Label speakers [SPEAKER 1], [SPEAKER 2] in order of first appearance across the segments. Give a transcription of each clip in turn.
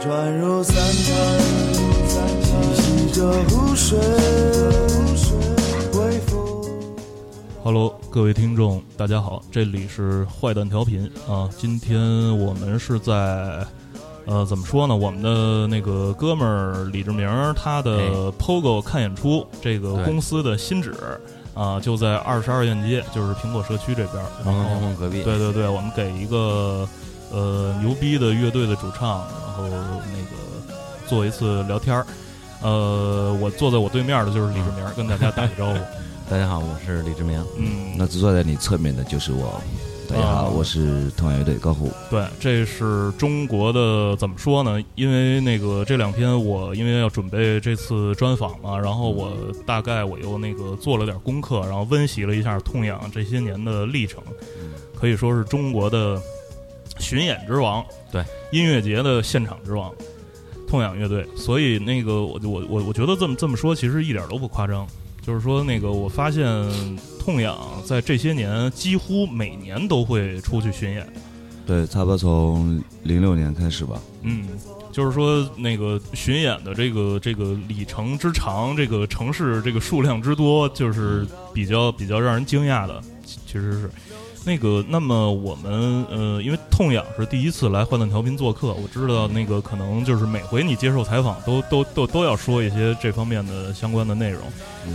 [SPEAKER 1] 船入三滩，清洗着湖水，恢复。
[SPEAKER 2] Hello，各位听众，大家好，这里是坏蛋调频啊。今天我们是在，呃，怎么说呢？我们的那个哥们儿李志明儿，他
[SPEAKER 3] 哎
[SPEAKER 2] 的 POGO 看演出这个
[SPEAKER 3] 对
[SPEAKER 2] 公司的新址啊，就在二十二院街，就是苹果社区这边儿。然
[SPEAKER 3] 王
[SPEAKER 2] 后，
[SPEAKER 3] 梦隔壁，
[SPEAKER 2] 对对对，我们给一个呃牛逼的乐队的主唱，然后那个做一次聊天儿。呃，我坐在我对面的就是李志明儿，跟大家打个招呼。
[SPEAKER 3] 大家好，我是李志明。
[SPEAKER 2] 嗯，
[SPEAKER 4] 那坐在你侧面的就是我。大家好，
[SPEAKER 2] 啊
[SPEAKER 4] 我是腾晚乐队高虎。
[SPEAKER 2] 对，这是中国的怎么说呢？因为那个这两天我因为要准备这次专访嘛，然后我大概我又那个做了点功课，然后温习了一下痛痒这些年的历程，可以说是中国的巡演之王，
[SPEAKER 3] 对
[SPEAKER 2] 音乐节的现场之王，痛痒乐队。所以那个我我我我觉得这么这么说，其实一点都不夸张。就是说，那个我发现痛痒在这些年几乎每年都会出去巡演，
[SPEAKER 4] 对，差不多从零六年开始吧。
[SPEAKER 2] 嗯，就是说那个巡演的这个这个里程之长，这个城市这个数量之多，就是比较比较让人惊讶的，其其实是。那个，那么我们呃，因为痛痒是第一次来换蛋调频做客，我知道那个可能就是每回你接受采访都都都都要说一些这方面的相关的内容，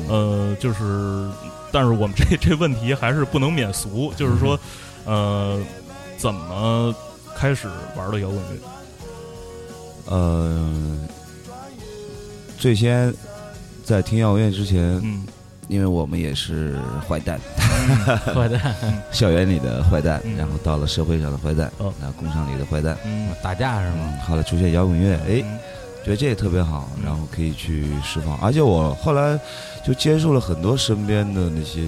[SPEAKER 2] 呃，就是，但是我们这这问题还是不能免俗，就是说，呃，怎么开始玩的摇滚乐？
[SPEAKER 4] 呃，最先在听摇滚乐之前，
[SPEAKER 2] 嗯
[SPEAKER 4] 因为我们也是坏蛋，
[SPEAKER 3] 坏蛋，
[SPEAKER 4] 校园里的坏蛋
[SPEAKER 2] 嗯，
[SPEAKER 4] 然后到了社会上的坏蛋
[SPEAKER 2] 哦，
[SPEAKER 4] 那工厂里的坏蛋。
[SPEAKER 2] 嗯
[SPEAKER 3] 打架是吗？
[SPEAKER 4] 嗯，后来出现摇滚乐，哎，
[SPEAKER 2] 嗯
[SPEAKER 4] 觉得这也特别好，
[SPEAKER 2] 嗯
[SPEAKER 4] 然后可以去释放。而且我后来就接触了很多身边的那些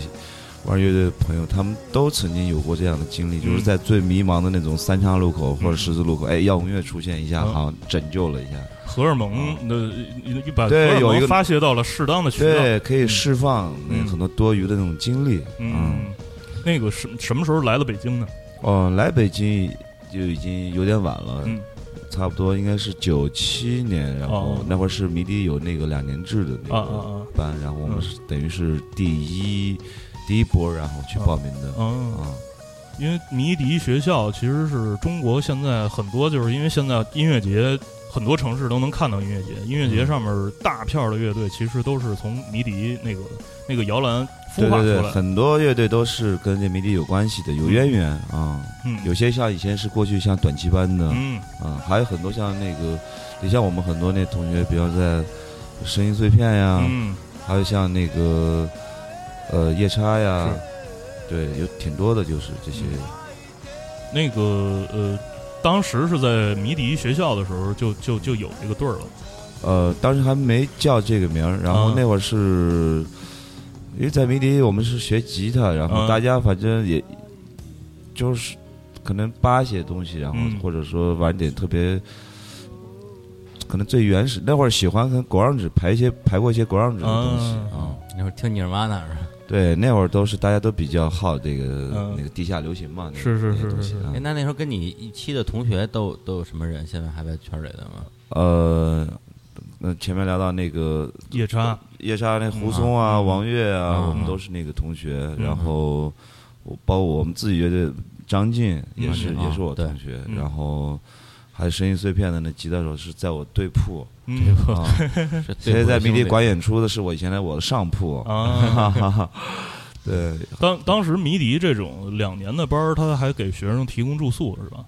[SPEAKER 4] 玩乐队的朋友，他们都曾经有过这样的经历，
[SPEAKER 2] 嗯
[SPEAKER 4] 就是在最迷茫的那种三岔路口或
[SPEAKER 2] 嗯
[SPEAKER 4] 者十字路口，哎，摇滚乐出现一下，
[SPEAKER 2] 嗯
[SPEAKER 4] 好像拯救了一下。
[SPEAKER 2] 荷尔蒙的一把荷
[SPEAKER 4] 哦对
[SPEAKER 2] 尔
[SPEAKER 4] 有一
[SPEAKER 2] 蒙
[SPEAKER 4] 个
[SPEAKER 2] 发泄到了适当的渠道。
[SPEAKER 4] 对，可以释放
[SPEAKER 2] 嗯
[SPEAKER 4] 那很多多余的那种精力。嗯，
[SPEAKER 2] 嗯，那个什什么时候来了北京呢？
[SPEAKER 4] 哦，来北京就已经有点晚了，
[SPEAKER 2] 嗯
[SPEAKER 4] 差不多应该是九七年，然
[SPEAKER 2] 哦
[SPEAKER 4] 后那会儿是迷笛有那个两年制的那
[SPEAKER 2] 啊啊
[SPEAKER 4] 个。
[SPEAKER 2] 啊！
[SPEAKER 4] 班，然后我们是等于是第一第一波，然后去报名的
[SPEAKER 2] 嗯，
[SPEAKER 4] 啊。
[SPEAKER 2] 因为迷笛学校其实是中国现在很多，就是因为现在音乐节很多城市都能看到音乐节，音乐节上面大票的乐队其实都是从迷笛那个那个摇篮孵
[SPEAKER 4] 对
[SPEAKER 2] 化
[SPEAKER 4] 对
[SPEAKER 2] 出
[SPEAKER 4] 对，
[SPEAKER 2] 来。
[SPEAKER 4] 很多乐队都是跟这迷笛有关系的，有渊源啊。
[SPEAKER 2] 嗯，
[SPEAKER 4] 有些像以前是过去像短期班的
[SPEAKER 2] 嗯
[SPEAKER 4] 啊，还有很多像那个，你像我们很多那同学，比方在声音碎片呀，
[SPEAKER 2] 嗯
[SPEAKER 4] 还有像那个呃夜叉呀，对，有挺多的，就是这些。
[SPEAKER 2] 嗯那个呃，当时是在迷笛学校的时候就就就有这个队儿了。
[SPEAKER 4] 呃，当时还没叫这个名儿，然后
[SPEAKER 2] 啊
[SPEAKER 4] 那会儿是，因为在迷笛我们是学吉他，然后
[SPEAKER 2] 嗯
[SPEAKER 4] 大家反正也，就是可能扒一些东西，然后
[SPEAKER 2] 嗯
[SPEAKER 4] 或者说玩点特别，可能最原始那会儿喜欢跟 grunge 排一些排过一些 grunge 的东西
[SPEAKER 2] 啊
[SPEAKER 4] 啊。
[SPEAKER 3] 那会儿啊听尼尔玛纳是吧？
[SPEAKER 4] 对，那会儿都是大家都比较好这个、
[SPEAKER 2] 嗯
[SPEAKER 4] 那个地下流行嘛，那个
[SPEAKER 2] 是是
[SPEAKER 4] 那些
[SPEAKER 2] 是
[SPEAKER 4] 东西
[SPEAKER 2] 是是
[SPEAKER 4] 啊
[SPEAKER 3] 哎，那那时候跟你一期的同学都都有什么人？现在还在圈里的吗？
[SPEAKER 4] 呃，那前面聊到那个
[SPEAKER 2] 夜叉，
[SPEAKER 4] 夜叉那胡松啊、
[SPEAKER 2] 嗯
[SPEAKER 4] 王悦啊，
[SPEAKER 3] 嗯
[SPEAKER 4] 我们都是那个同学。然后我包括我们自己乐队张晋也是、
[SPEAKER 3] 嗯
[SPEAKER 4] 也是我同学，
[SPEAKER 2] 嗯
[SPEAKER 4] 然后还有声音碎片的那吉他手是在我对 铺
[SPEAKER 2] 嗯
[SPEAKER 4] 啊，
[SPEAKER 3] 是
[SPEAKER 4] 现在在迷笛
[SPEAKER 3] 弟
[SPEAKER 4] 馆演出的是我以前在我的上铺。
[SPEAKER 2] 啊，
[SPEAKER 4] 对，
[SPEAKER 2] 当当时迷笛这种两年的班儿，他还给学生提供住宿是吧？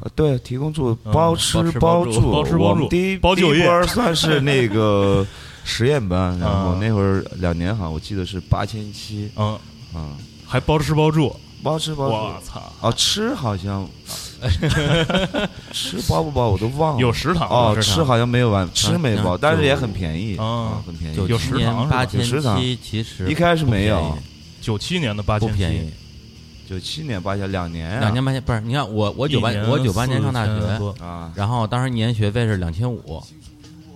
[SPEAKER 4] 呃对，提供住
[SPEAKER 2] 嗯
[SPEAKER 4] 包吃
[SPEAKER 3] 包吃包住
[SPEAKER 4] 住，
[SPEAKER 2] 包吃包住
[SPEAKER 4] 我们第一
[SPEAKER 2] 包
[SPEAKER 4] 第
[SPEAKER 2] 就业
[SPEAKER 4] 一波算是那个实验 班，然后
[SPEAKER 2] 啊
[SPEAKER 4] 那会儿两年好像我记得是八千七
[SPEAKER 2] 嗯，
[SPEAKER 4] 啊，
[SPEAKER 2] 还包吃包住，
[SPEAKER 4] 包吃包住
[SPEAKER 2] 我。操，
[SPEAKER 4] 哦，吃好像吃包不包我都忘了。
[SPEAKER 2] 有食堂
[SPEAKER 4] 哦，
[SPEAKER 2] 有食
[SPEAKER 4] 吃
[SPEAKER 2] 堂
[SPEAKER 4] 好像没有完，吃没包，
[SPEAKER 3] 嗯
[SPEAKER 4] 但是也很便宜
[SPEAKER 2] 嗯
[SPEAKER 4] 啊，很便宜。
[SPEAKER 2] 有
[SPEAKER 3] 九
[SPEAKER 2] 食堂是
[SPEAKER 3] 七
[SPEAKER 2] 吧
[SPEAKER 3] 年八千
[SPEAKER 4] 有食堂
[SPEAKER 3] 七，其实
[SPEAKER 4] 一开始没有，
[SPEAKER 2] 九七年的八
[SPEAKER 3] 不
[SPEAKER 2] 千
[SPEAKER 3] 便宜
[SPEAKER 2] 七，，
[SPEAKER 4] 九七年八千两年啊，
[SPEAKER 3] 两千八千不是？你看我我九八
[SPEAKER 2] 一
[SPEAKER 3] 我九八年上
[SPEAKER 2] 4000
[SPEAKER 3] 大学，
[SPEAKER 2] 多
[SPEAKER 4] 啊，
[SPEAKER 3] 然后当时年学费是两千五，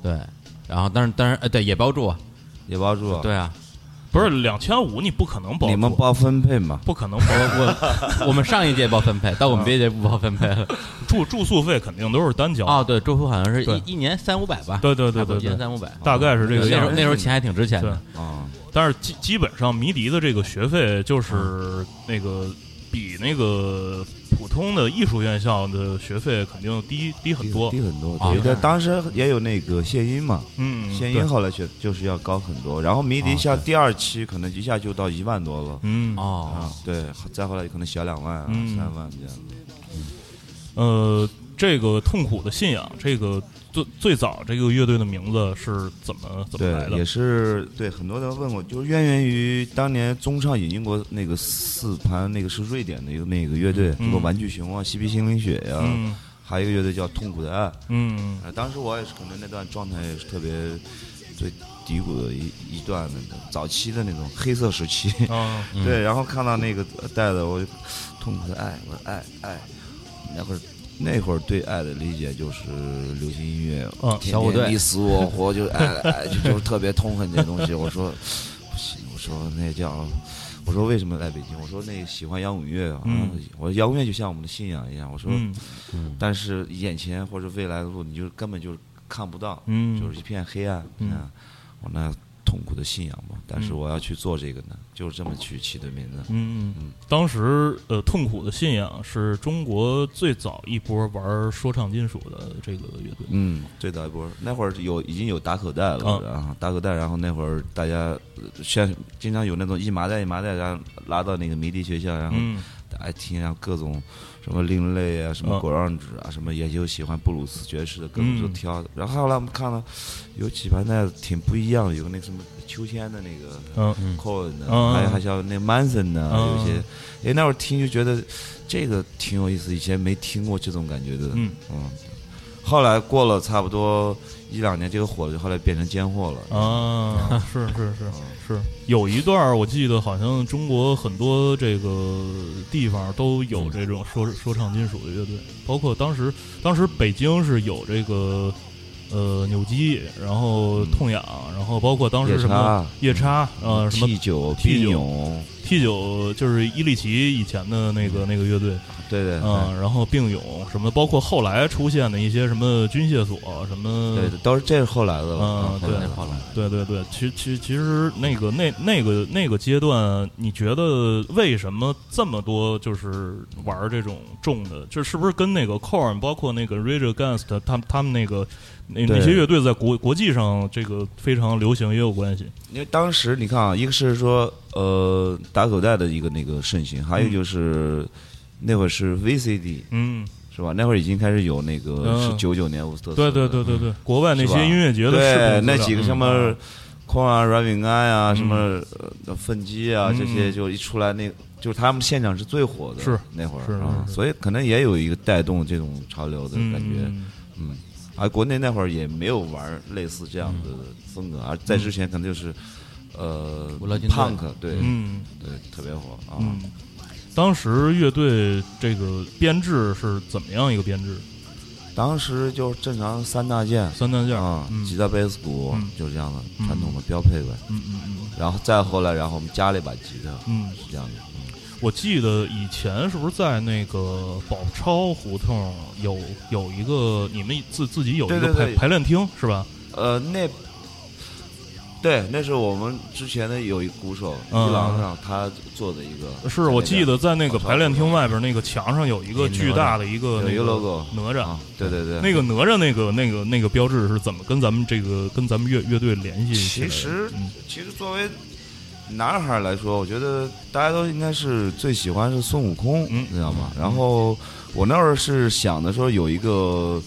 [SPEAKER 3] 对，然后但是但是呃对也包住，
[SPEAKER 4] 也包住。
[SPEAKER 3] 对啊，
[SPEAKER 2] 不是两千五，你不可能包住，
[SPEAKER 4] 你们包分配嘛？
[SPEAKER 2] 不可能包住
[SPEAKER 3] 我我们上一届包分配，到我们这一届不包分配 了。
[SPEAKER 2] 住住宿费肯定都是单交。
[SPEAKER 3] 哦，对，住宿好像是
[SPEAKER 2] 对
[SPEAKER 3] 一一年三五百吧？
[SPEAKER 2] 对对
[SPEAKER 3] 差
[SPEAKER 2] 对
[SPEAKER 3] 不多
[SPEAKER 2] 对
[SPEAKER 3] 一年
[SPEAKER 2] 对，
[SPEAKER 3] 三五百，
[SPEAKER 2] 大概是这个
[SPEAKER 3] 那时
[SPEAKER 2] 样
[SPEAKER 3] 候
[SPEAKER 2] 子。
[SPEAKER 3] 那时候钱还挺值钱
[SPEAKER 2] 对
[SPEAKER 3] 的。，
[SPEAKER 4] 啊，
[SPEAKER 2] 但是基基本上迷笛的这个学费就是那个比那个普通的艺术院校的学费肯定低低很多。
[SPEAKER 4] 低很多。
[SPEAKER 3] 啊
[SPEAKER 4] 对，但当时也有那个献音嘛，
[SPEAKER 2] 嗯，
[SPEAKER 4] 献
[SPEAKER 2] 对
[SPEAKER 4] 音后来就就是要高很多。然后迷笛
[SPEAKER 3] 啊
[SPEAKER 4] 像
[SPEAKER 3] 对
[SPEAKER 4] 第二期可能一下就到一万多了。
[SPEAKER 2] 嗯
[SPEAKER 3] 哦
[SPEAKER 4] 啊，，对，再后来可能小两万啊，
[SPEAKER 2] 嗯
[SPEAKER 4] 三万这样。
[SPEAKER 2] 呃，这个痛苦的信仰，这个最最早这个乐队的名字是怎么怎么来
[SPEAKER 4] 对，也
[SPEAKER 2] 的？
[SPEAKER 4] 是对很多人问我，就是渊源于当年中唱引进过那个四盘，那个是瑞典的一个那个乐队，
[SPEAKER 2] 嗯
[SPEAKER 4] 什么玩具熊啊、嬉皮心灵雪呀、
[SPEAKER 2] 嗯
[SPEAKER 4] 还有一个乐队叫痛苦的爱。
[SPEAKER 2] 嗯
[SPEAKER 4] 啊，当时我也是可能那段状态也是特别最低谷的一一段那个早期的那种黑色 时期。
[SPEAKER 2] 啊
[SPEAKER 3] 嗯
[SPEAKER 4] 对，然后看到那个呃带的，我就痛苦的爱，我说爱爱，那会儿那会儿对爱的理解就是流行音乐，
[SPEAKER 2] 嗯
[SPEAKER 4] 天
[SPEAKER 3] 小虎队
[SPEAKER 4] 天你死我 活，就是爱爱，就就是特别痛恨这些东西。我说不行，我说那叫。我说为什么来北京？我说那喜欢摇滚乐啊，
[SPEAKER 2] 嗯
[SPEAKER 4] 我说摇滚乐就像我们的信仰一样。我说，
[SPEAKER 2] 嗯
[SPEAKER 4] 但是眼前或者未来的路，你就根本就看不到，
[SPEAKER 2] 嗯，
[SPEAKER 4] 就是一片黑暗。
[SPEAKER 2] 嗯
[SPEAKER 4] 啊，我那痛苦的信仰嘛，但是
[SPEAKER 2] 嗯
[SPEAKER 4] 我要去做这个呢，就是这么去起的名字。
[SPEAKER 2] 嗯，当时呃，痛苦的信仰是中国最早一波玩说唱金属的这个乐队。
[SPEAKER 4] 嗯，最早一波，那会儿有已经有打口袋了，
[SPEAKER 2] 啊
[SPEAKER 4] 然后打口袋，然后那会儿大家呃像经常有那种一麻袋一麻袋，然后拉到那个迷笛学校，然后
[SPEAKER 2] 嗯
[SPEAKER 4] 大家听，然后各种什么另类啊，什么
[SPEAKER 2] 啊
[SPEAKER 4] grunge 啊，什么也有喜欢布鲁斯爵士的，各种
[SPEAKER 2] 嗯
[SPEAKER 4] 都挑。然后后来我们看了有几盘那挺不一样的，有那什么秋千的那个，
[SPEAKER 2] 嗯
[SPEAKER 3] 嗯
[SPEAKER 4] Cohen 的，
[SPEAKER 2] 嗯
[SPEAKER 4] 还有还像那 Manson 的，
[SPEAKER 2] 嗯
[SPEAKER 4] 有些，哎，那会儿听就觉得这个挺有意思，以前没听过这种感觉的，嗯
[SPEAKER 2] 嗯
[SPEAKER 4] 后来过了差不多一两年，这个火了，就后来变成尖货了，
[SPEAKER 2] 啊，是是是是，有一段儿我记得好像中国很多这个地方都有这种说说唱金属的乐队，包括当时当时北京是有这个呃扭机，然后痛痒，然后包括当时什么夜叉呃什么
[SPEAKER 4] 嗯 T 九、
[SPEAKER 2] T9
[SPEAKER 4] B 勇，
[SPEAKER 2] T 九就是伊利奇以前的那个那个乐队，
[SPEAKER 4] 对对，
[SPEAKER 2] 嗯，然后并勇什么，包括后来出现的一些什么军械所什么，
[SPEAKER 4] 对，对都是这是后来的了
[SPEAKER 2] 嗯，
[SPEAKER 4] 后来的
[SPEAKER 3] 对后来
[SPEAKER 2] 对对对，其其其实那个那那个那个阶段，你觉得为什么这么多就是玩这种重的？这是不是跟那个 Corn 包括那个 Rage Against 他们他们那个那
[SPEAKER 4] 对
[SPEAKER 2] 那些乐队在国国际上这个非常流行也有关系？
[SPEAKER 4] 因为当时你看啊，一个是说呃打口袋的一个那个盛行，还有就是那会儿是 VCD，
[SPEAKER 2] 嗯，
[SPEAKER 4] 是吧？那会儿已经开始有那个
[SPEAKER 2] 嗯
[SPEAKER 4] 是九九年伍斯特斯
[SPEAKER 2] 对
[SPEAKER 4] 的，
[SPEAKER 2] 对对对对，国外那
[SPEAKER 4] 嗯是吧
[SPEAKER 2] 些音乐节的视
[SPEAKER 4] 对
[SPEAKER 2] 频
[SPEAKER 4] 那
[SPEAKER 2] 资料
[SPEAKER 4] 几个
[SPEAKER 2] 嗯
[SPEAKER 4] 什么矿啊、软饼干呀、什么呃粪鸡啊
[SPEAKER 2] 嗯
[SPEAKER 4] 这些，就一出来那就是他们现场是最火的，
[SPEAKER 2] 是
[SPEAKER 4] 那会
[SPEAKER 2] 是
[SPEAKER 4] 儿啊，
[SPEAKER 2] 是是
[SPEAKER 4] 所以可能也有一个带动这种潮流的感觉，
[SPEAKER 2] 嗯
[SPEAKER 4] 嗯。而国内那会儿也没有玩类似这样的
[SPEAKER 2] 嗯
[SPEAKER 4] 风格，而在之前可能就是，呃
[SPEAKER 3] 古乐军队
[SPEAKER 4] ，punk 对
[SPEAKER 2] 嗯
[SPEAKER 4] 对特别火啊，
[SPEAKER 2] 嗯，当时乐队这个编制是怎么样一个编制？
[SPEAKER 4] 当时就正常三大件
[SPEAKER 2] 三大件儿
[SPEAKER 4] 啊，
[SPEAKER 2] 嗯
[SPEAKER 4] 吉他、贝斯、鼓
[SPEAKER 2] 嗯
[SPEAKER 4] 就这样的
[SPEAKER 2] 嗯
[SPEAKER 4] 传统的标配呗。
[SPEAKER 2] 嗯嗯
[SPEAKER 4] 然后再后来，然后我们加了一把吉他，
[SPEAKER 2] 嗯嗯，
[SPEAKER 4] 是这样的。
[SPEAKER 2] 我记得以前是不是在那个宝钞胡同有有一个你们自自己有一
[SPEAKER 4] 对
[SPEAKER 2] 个
[SPEAKER 4] 对
[SPEAKER 2] 排
[SPEAKER 4] 对
[SPEAKER 2] 排练厅是吧？
[SPEAKER 4] 呃，那对，那是我们之前的有一鼓手伊
[SPEAKER 2] 嗯
[SPEAKER 4] 朗上他做的一个，
[SPEAKER 2] 是我记得在那哦个
[SPEAKER 4] 宝钞
[SPEAKER 2] 排练厅外边那个墙上有一个
[SPEAKER 3] 哪吒
[SPEAKER 2] 巨大的一个
[SPEAKER 4] 有
[SPEAKER 2] 那
[SPEAKER 4] 一
[SPEAKER 2] 个
[SPEAKER 4] 个 logo
[SPEAKER 2] 哪吒
[SPEAKER 4] 啊，，对对对，
[SPEAKER 2] 那个哪吒那个那个那个标志是怎么跟咱们这个跟咱们乐乐队联系起来
[SPEAKER 4] 其
[SPEAKER 2] 的？
[SPEAKER 4] 实
[SPEAKER 2] 嗯
[SPEAKER 4] 其实作为男孩儿来说，我觉得大家都应该是最喜欢是孙悟空，
[SPEAKER 2] 嗯
[SPEAKER 4] 你知道吗？然后我那会儿是想的说有一个。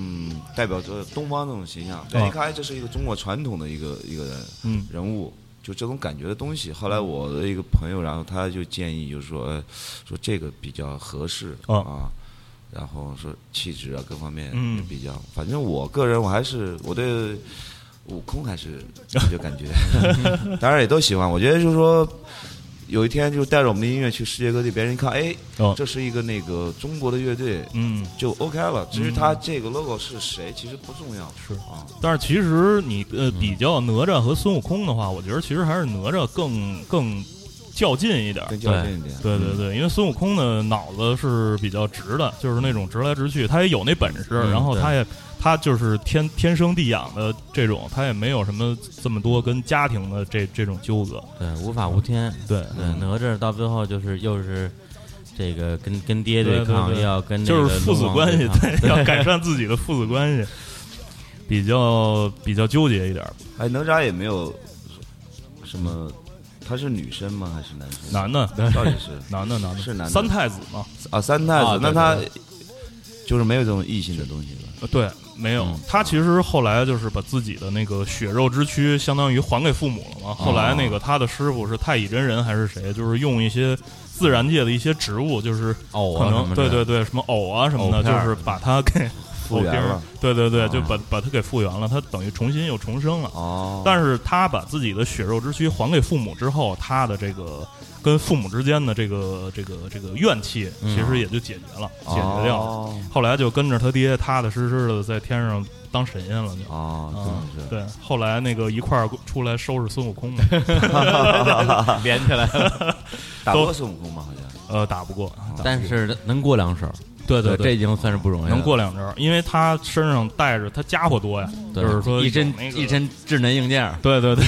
[SPEAKER 4] 嗯，代表着东方这种形象，对，
[SPEAKER 2] 啊
[SPEAKER 4] 一看哎这是一个中国传统的一个一个人，
[SPEAKER 2] 嗯
[SPEAKER 4] 人物，就这种感觉的东西。后来我的一个朋友，然后他就建议，就是说，呃说这个比较合适、
[SPEAKER 2] 哦
[SPEAKER 4] 啊，然后说气质啊各方面
[SPEAKER 2] 嗯
[SPEAKER 4] 也比较。反正我个人，我还是我对 悟空还是有感觉，当然也都喜欢。我觉得就是说。有一天就带着我们的音乐去世界各地，别人一看，哎，
[SPEAKER 2] 哦
[SPEAKER 4] 这是一个那个中国的乐队，
[SPEAKER 2] 嗯，
[SPEAKER 4] 就 OK 了。至于他这个 logo 是谁，其实不重要。
[SPEAKER 2] 是
[SPEAKER 4] 啊，
[SPEAKER 2] 但是其实你呃比较哪吒和孙悟空的话，我觉得其实还是哪吒更更较劲一点儿。
[SPEAKER 4] 更较劲一点。
[SPEAKER 2] 对对对，因为孙悟空的脑子是比较直的，就是那种直来直去，他也有那本事，
[SPEAKER 3] 嗯
[SPEAKER 2] 然后
[SPEAKER 3] 对
[SPEAKER 2] 他也他就是天天生地养的这种，他也没有什么这么多跟家庭的这这种纠葛。嗯
[SPEAKER 3] 对，无法无天。
[SPEAKER 2] 对，
[SPEAKER 3] 对，哪吒到最后就是又是这个跟跟爹
[SPEAKER 2] 对对
[SPEAKER 3] 抗，
[SPEAKER 2] 对
[SPEAKER 3] 又要跟那个
[SPEAKER 2] 就是父子
[SPEAKER 3] 龙王
[SPEAKER 2] 关系，
[SPEAKER 3] 抗
[SPEAKER 2] 对，要改善自己的父子关系， 比较比较纠结一点儿。
[SPEAKER 4] 哎，哪吒也没有什么，她是女生吗？还是男 生？
[SPEAKER 2] 男的，
[SPEAKER 4] 到底是
[SPEAKER 2] 男的，男的，
[SPEAKER 4] 是男的
[SPEAKER 2] 三太子嘛？
[SPEAKER 4] 啊，三太
[SPEAKER 3] 啊
[SPEAKER 4] 子，
[SPEAKER 3] 对
[SPEAKER 4] 那他就是没有这种异性的东西了。
[SPEAKER 2] 呃对，没有
[SPEAKER 3] 嗯。
[SPEAKER 2] 他其实后来就是把自己的那个血肉之躯，相当于还给父母了嘛。后来那
[SPEAKER 3] 哦
[SPEAKER 2] 个他的师傅是太乙真人还是谁，就是用一些自然界的一些植物，就是
[SPEAKER 3] 藕
[SPEAKER 2] 可
[SPEAKER 3] 啊什
[SPEAKER 2] 能
[SPEAKER 3] 么
[SPEAKER 2] 对对
[SPEAKER 3] 的，
[SPEAKER 2] 对，什么藕啊什么的，
[SPEAKER 3] 藕片
[SPEAKER 2] 就
[SPEAKER 3] 儿
[SPEAKER 2] 是把它给
[SPEAKER 4] 复原
[SPEAKER 2] 藕片儿
[SPEAKER 4] 了。
[SPEAKER 2] 对对对，就
[SPEAKER 3] 啊
[SPEAKER 2] 把把它给复原了，他等于重新又重生了。
[SPEAKER 4] 哦，
[SPEAKER 2] 但是他把自己的血肉之躯还给父母之后，他的这个跟父母之间的这个这个这个怨气，
[SPEAKER 3] 嗯
[SPEAKER 2] 其实也就解决了，解决掉了。
[SPEAKER 4] 哦
[SPEAKER 2] 后来就跟着他爹踏踏实实的在天上当神仙了，就。啊
[SPEAKER 4] 哦，
[SPEAKER 2] 嗯
[SPEAKER 3] 嗯
[SPEAKER 4] 这么回事。
[SPEAKER 2] 对，后来那个一块儿出来收拾孙悟空嘛，
[SPEAKER 3] 连起来了。
[SPEAKER 4] 打过孙悟空吗？好像
[SPEAKER 2] 呃，打不过，
[SPEAKER 3] 但是能过两手，
[SPEAKER 2] 对对
[SPEAKER 3] 嗯这哎
[SPEAKER 2] 对，
[SPEAKER 3] 已经算是不容易了。
[SPEAKER 2] 能过两招，因为他身上带着他家伙多呀，
[SPEAKER 3] 对，
[SPEAKER 2] 就是说
[SPEAKER 3] 一身
[SPEAKER 2] 有那个
[SPEAKER 3] 一身智能硬件儿，
[SPEAKER 2] 对对对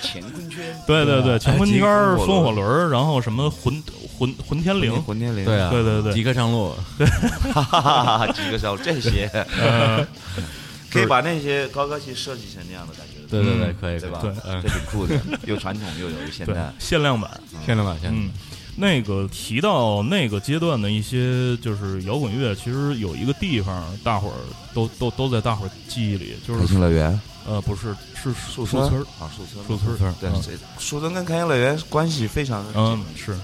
[SPEAKER 4] 乾坤圈，
[SPEAKER 2] 对对对，乾坤圈儿、
[SPEAKER 4] 哎
[SPEAKER 2] 风火轮儿，然后什么混混混天 绫，
[SPEAKER 4] 混天绫，
[SPEAKER 3] 对啊，
[SPEAKER 2] 对对对
[SPEAKER 3] 即刻上路，
[SPEAKER 4] 哈哈哈哈，几个手这些，
[SPEAKER 2] 呃，
[SPEAKER 4] 可以把那些高科技设计成那样的感觉，
[SPEAKER 3] 对对对，
[SPEAKER 2] 嗯
[SPEAKER 3] 可以，
[SPEAKER 4] 对吧？
[SPEAKER 2] 对
[SPEAKER 4] 这挺酷的，又传统又有现
[SPEAKER 2] 对
[SPEAKER 4] 代，。
[SPEAKER 2] 限量版，
[SPEAKER 3] 听着吧，现
[SPEAKER 2] 嗯，那个提到那个阶段的一些就是摇滚乐，其实有一个地方，大伙儿都都都在大伙儿记忆里，就
[SPEAKER 4] 开
[SPEAKER 2] 是
[SPEAKER 4] 心乐园，
[SPEAKER 2] 呃，不是是树
[SPEAKER 4] 村
[SPEAKER 2] 村儿，
[SPEAKER 4] 啊，树村，
[SPEAKER 2] 树村儿，
[SPEAKER 4] 对
[SPEAKER 2] 嗯，
[SPEAKER 4] 这树村跟开心乐园关系非常
[SPEAKER 2] 嗯，是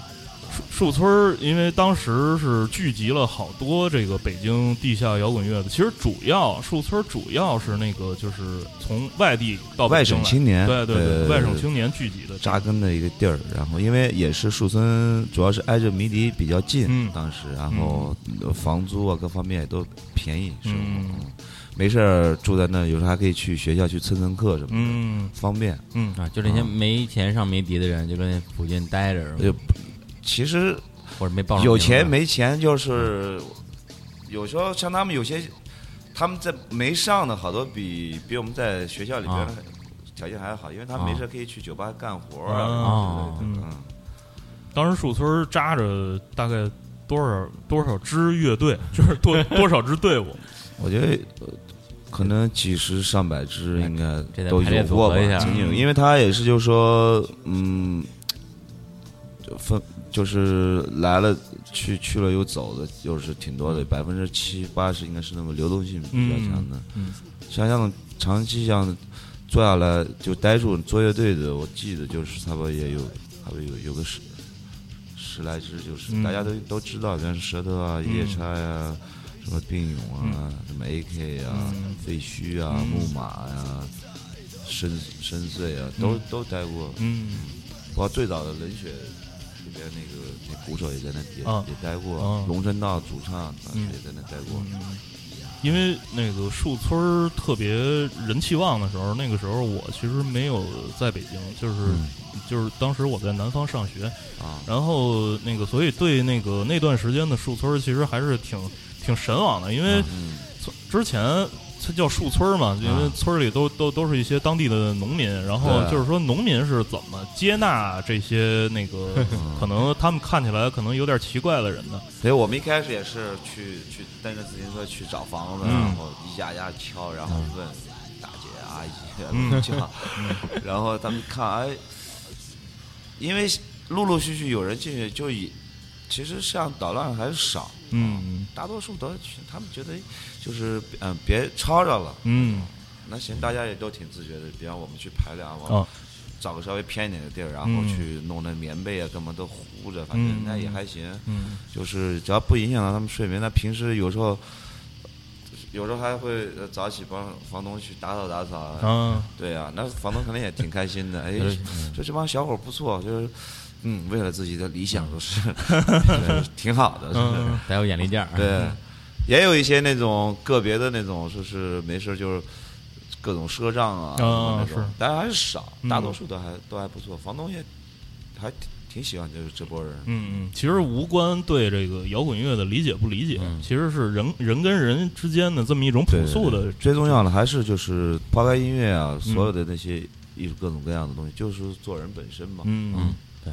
[SPEAKER 2] 树树村儿，因为当时是聚集了好多这个北京地下摇滚乐的。其实主要树村儿主要是那个就是从哦外地到北
[SPEAKER 4] 外
[SPEAKER 2] 京来
[SPEAKER 4] 省青年，
[SPEAKER 2] 对对
[SPEAKER 4] 对，
[SPEAKER 2] 外省青年聚集的
[SPEAKER 4] 扎根的一个地儿，然后因为也是树村，主要是挨着迷笛比较近，
[SPEAKER 2] 嗯
[SPEAKER 4] 当时然后呃房租啊各方面也都便宜，是吧
[SPEAKER 2] 嗯
[SPEAKER 4] 没事儿住在那，有时候还可以去学校去蹭蹭课什么的，
[SPEAKER 2] 嗯
[SPEAKER 4] 方便。
[SPEAKER 2] 嗯
[SPEAKER 3] 啊，就那些
[SPEAKER 4] 嗯
[SPEAKER 3] 没钱上没敌的人，就跟那附近待着，
[SPEAKER 4] 就其实
[SPEAKER 3] 或者没报上
[SPEAKER 4] 有
[SPEAKER 3] 名
[SPEAKER 4] 钱
[SPEAKER 3] 字
[SPEAKER 4] 没钱就是有时候像他们有些他们在没上的好多比比我们在学校里边
[SPEAKER 3] 啊
[SPEAKER 4] 条件还要好，因为他们没事儿可以去酒吧干活儿
[SPEAKER 2] 啊
[SPEAKER 4] 啊之类
[SPEAKER 2] 嗯
[SPEAKER 4] 的，嗯。
[SPEAKER 2] 当时树村儿扎着大概多少多少支乐队，就是多多少支队伍，
[SPEAKER 4] 我觉得呃可能几十上百只应
[SPEAKER 3] 这
[SPEAKER 4] 该
[SPEAKER 3] 得
[SPEAKER 4] 都
[SPEAKER 3] 排列
[SPEAKER 4] 有
[SPEAKER 3] 组
[SPEAKER 4] 过吧
[SPEAKER 3] 合一下，
[SPEAKER 4] 仅有，因为他也是就是说，嗯，就分就是来了去去了又走的，又是挺多
[SPEAKER 3] 嗯
[SPEAKER 4] 的，百分之七八十应该是那么流动性比较强的。
[SPEAKER 2] 嗯
[SPEAKER 4] 像这样长期这样做下来就待住做乐队的，我记得就是差不多也有，差不多有有个十十来只，就是、
[SPEAKER 2] 嗯
[SPEAKER 4] 大家都都知道，像舌头啊、
[SPEAKER 2] 嗯
[SPEAKER 4] 夜叉呀、什么并勇啊、什么 AK 啊、
[SPEAKER 2] 嗯
[SPEAKER 4] 废墟啊、
[SPEAKER 2] 嗯
[SPEAKER 4] 木马呀、深深邃啊，都、
[SPEAKER 2] 嗯
[SPEAKER 4] 都待过。
[SPEAKER 2] 嗯
[SPEAKER 4] 包括最早的冷血里边那个那鼓手也在那也、
[SPEAKER 2] 啊
[SPEAKER 4] 也待过，
[SPEAKER 2] 啊
[SPEAKER 4] 龙神道主唱当时
[SPEAKER 2] 嗯
[SPEAKER 4] 也在那待过。
[SPEAKER 2] 嗯，因为那个树村儿特别人气旺的时候，那个时候我其实没有在北京，就是、
[SPEAKER 4] 嗯
[SPEAKER 2] 就是当时我在南方上学，
[SPEAKER 4] 啊，
[SPEAKER 2] 然后那个所以对那个那段时间的树村儿其实还是挺挺神往的，因为
[SPEAKER 4] 嗯，
[SPEAKER 2] 村之前它叫树村儿嘛，因为村儿里都都都是一些当地的农民，然后
[SPEAKER 4] 对
[SPEAKER 2] 就是说农民是怎么接纳这些那个可能他们看起来可能有点奇怪的人的，
[SPEAKER 4] 所以我们一开始也是去去蹬着自行车去找房子，
[SPEAKER 2] 嗯
[SPEAKER 4] 然后一家一家敲，然后问大姐啊阿
[SPEAKER 2] 嗯
[SPEAKER 4] 姨叫，然后他们看，哎，因为陆陆续续有人进去，就以其实像捣乱还是少，
[SPEAKER 2] 嗯
[SPEAKER 4] 大多数都去，他们觉得就是嗯、别吵着了，
[SPEAKER 2] 嗯
[SPEAKER 4] 那行大家也都挺自觉的，比方我们去排练啊，我
[SPEAKER 2] 啊
[SPEAKER 4] 找个稍微偏一点的地儿，然后
[SPEAKER 2] 嗯
[SPEAKER 4] 去弄那棉被啊，干嘛都糊着，反
[SPEAKER 2] 嗯
[SPEAKER 4] 正那也还行，
[SPEAKER 2] 嗯
[SPEAKER 4] 就是只要不影响到他们睡眠，那平时有时候，有时候还会呃早起帮房东去打扫打扫。
[SPEAKER 2] 啊
[SPEAKER 4] 对啊，那房东可能也挺开心的。哎
[SPEAKER 2] 嗯
[SPEAKER 3] 有的，
[SPEAKER 4] 说这帮小伙不错，就是嗯，为了自己的理想都是 对挺好的，是
[SPEAKER 2] 嗯，
[SPEAKER 3] 得有眼力劲儿。
[SPEAKER 4] 对，也有一些那种个别的那种，说是没事儿就是各种赊账啊，
[SPEAKER 2] 啊
[SPEAKER 4] 那种
[SPEAKER 2] 是，
[SPEAKER 4] 但还是少，
[SPEAKER 2] 嗯
[SPEAKER 4] 大多数都还都还不错，房东也还挺挺喜欢就是这波人，
[SPEAKER 2] 嗯，嗯，其实无关对这个摇滚乐的理解不理解，其实是人人跟人之间的这么一种朴
[SPEAKER 4] 对
[SPEAKER 2] 素的，
[SPEAKER 4] 最重要的还是就是抛开音乐啊，所有的那些艺术各种各样的东西，就是做人本身嘛。
[SPEAKER 2] 嗯
[SPEAKER 3] 嗯，对。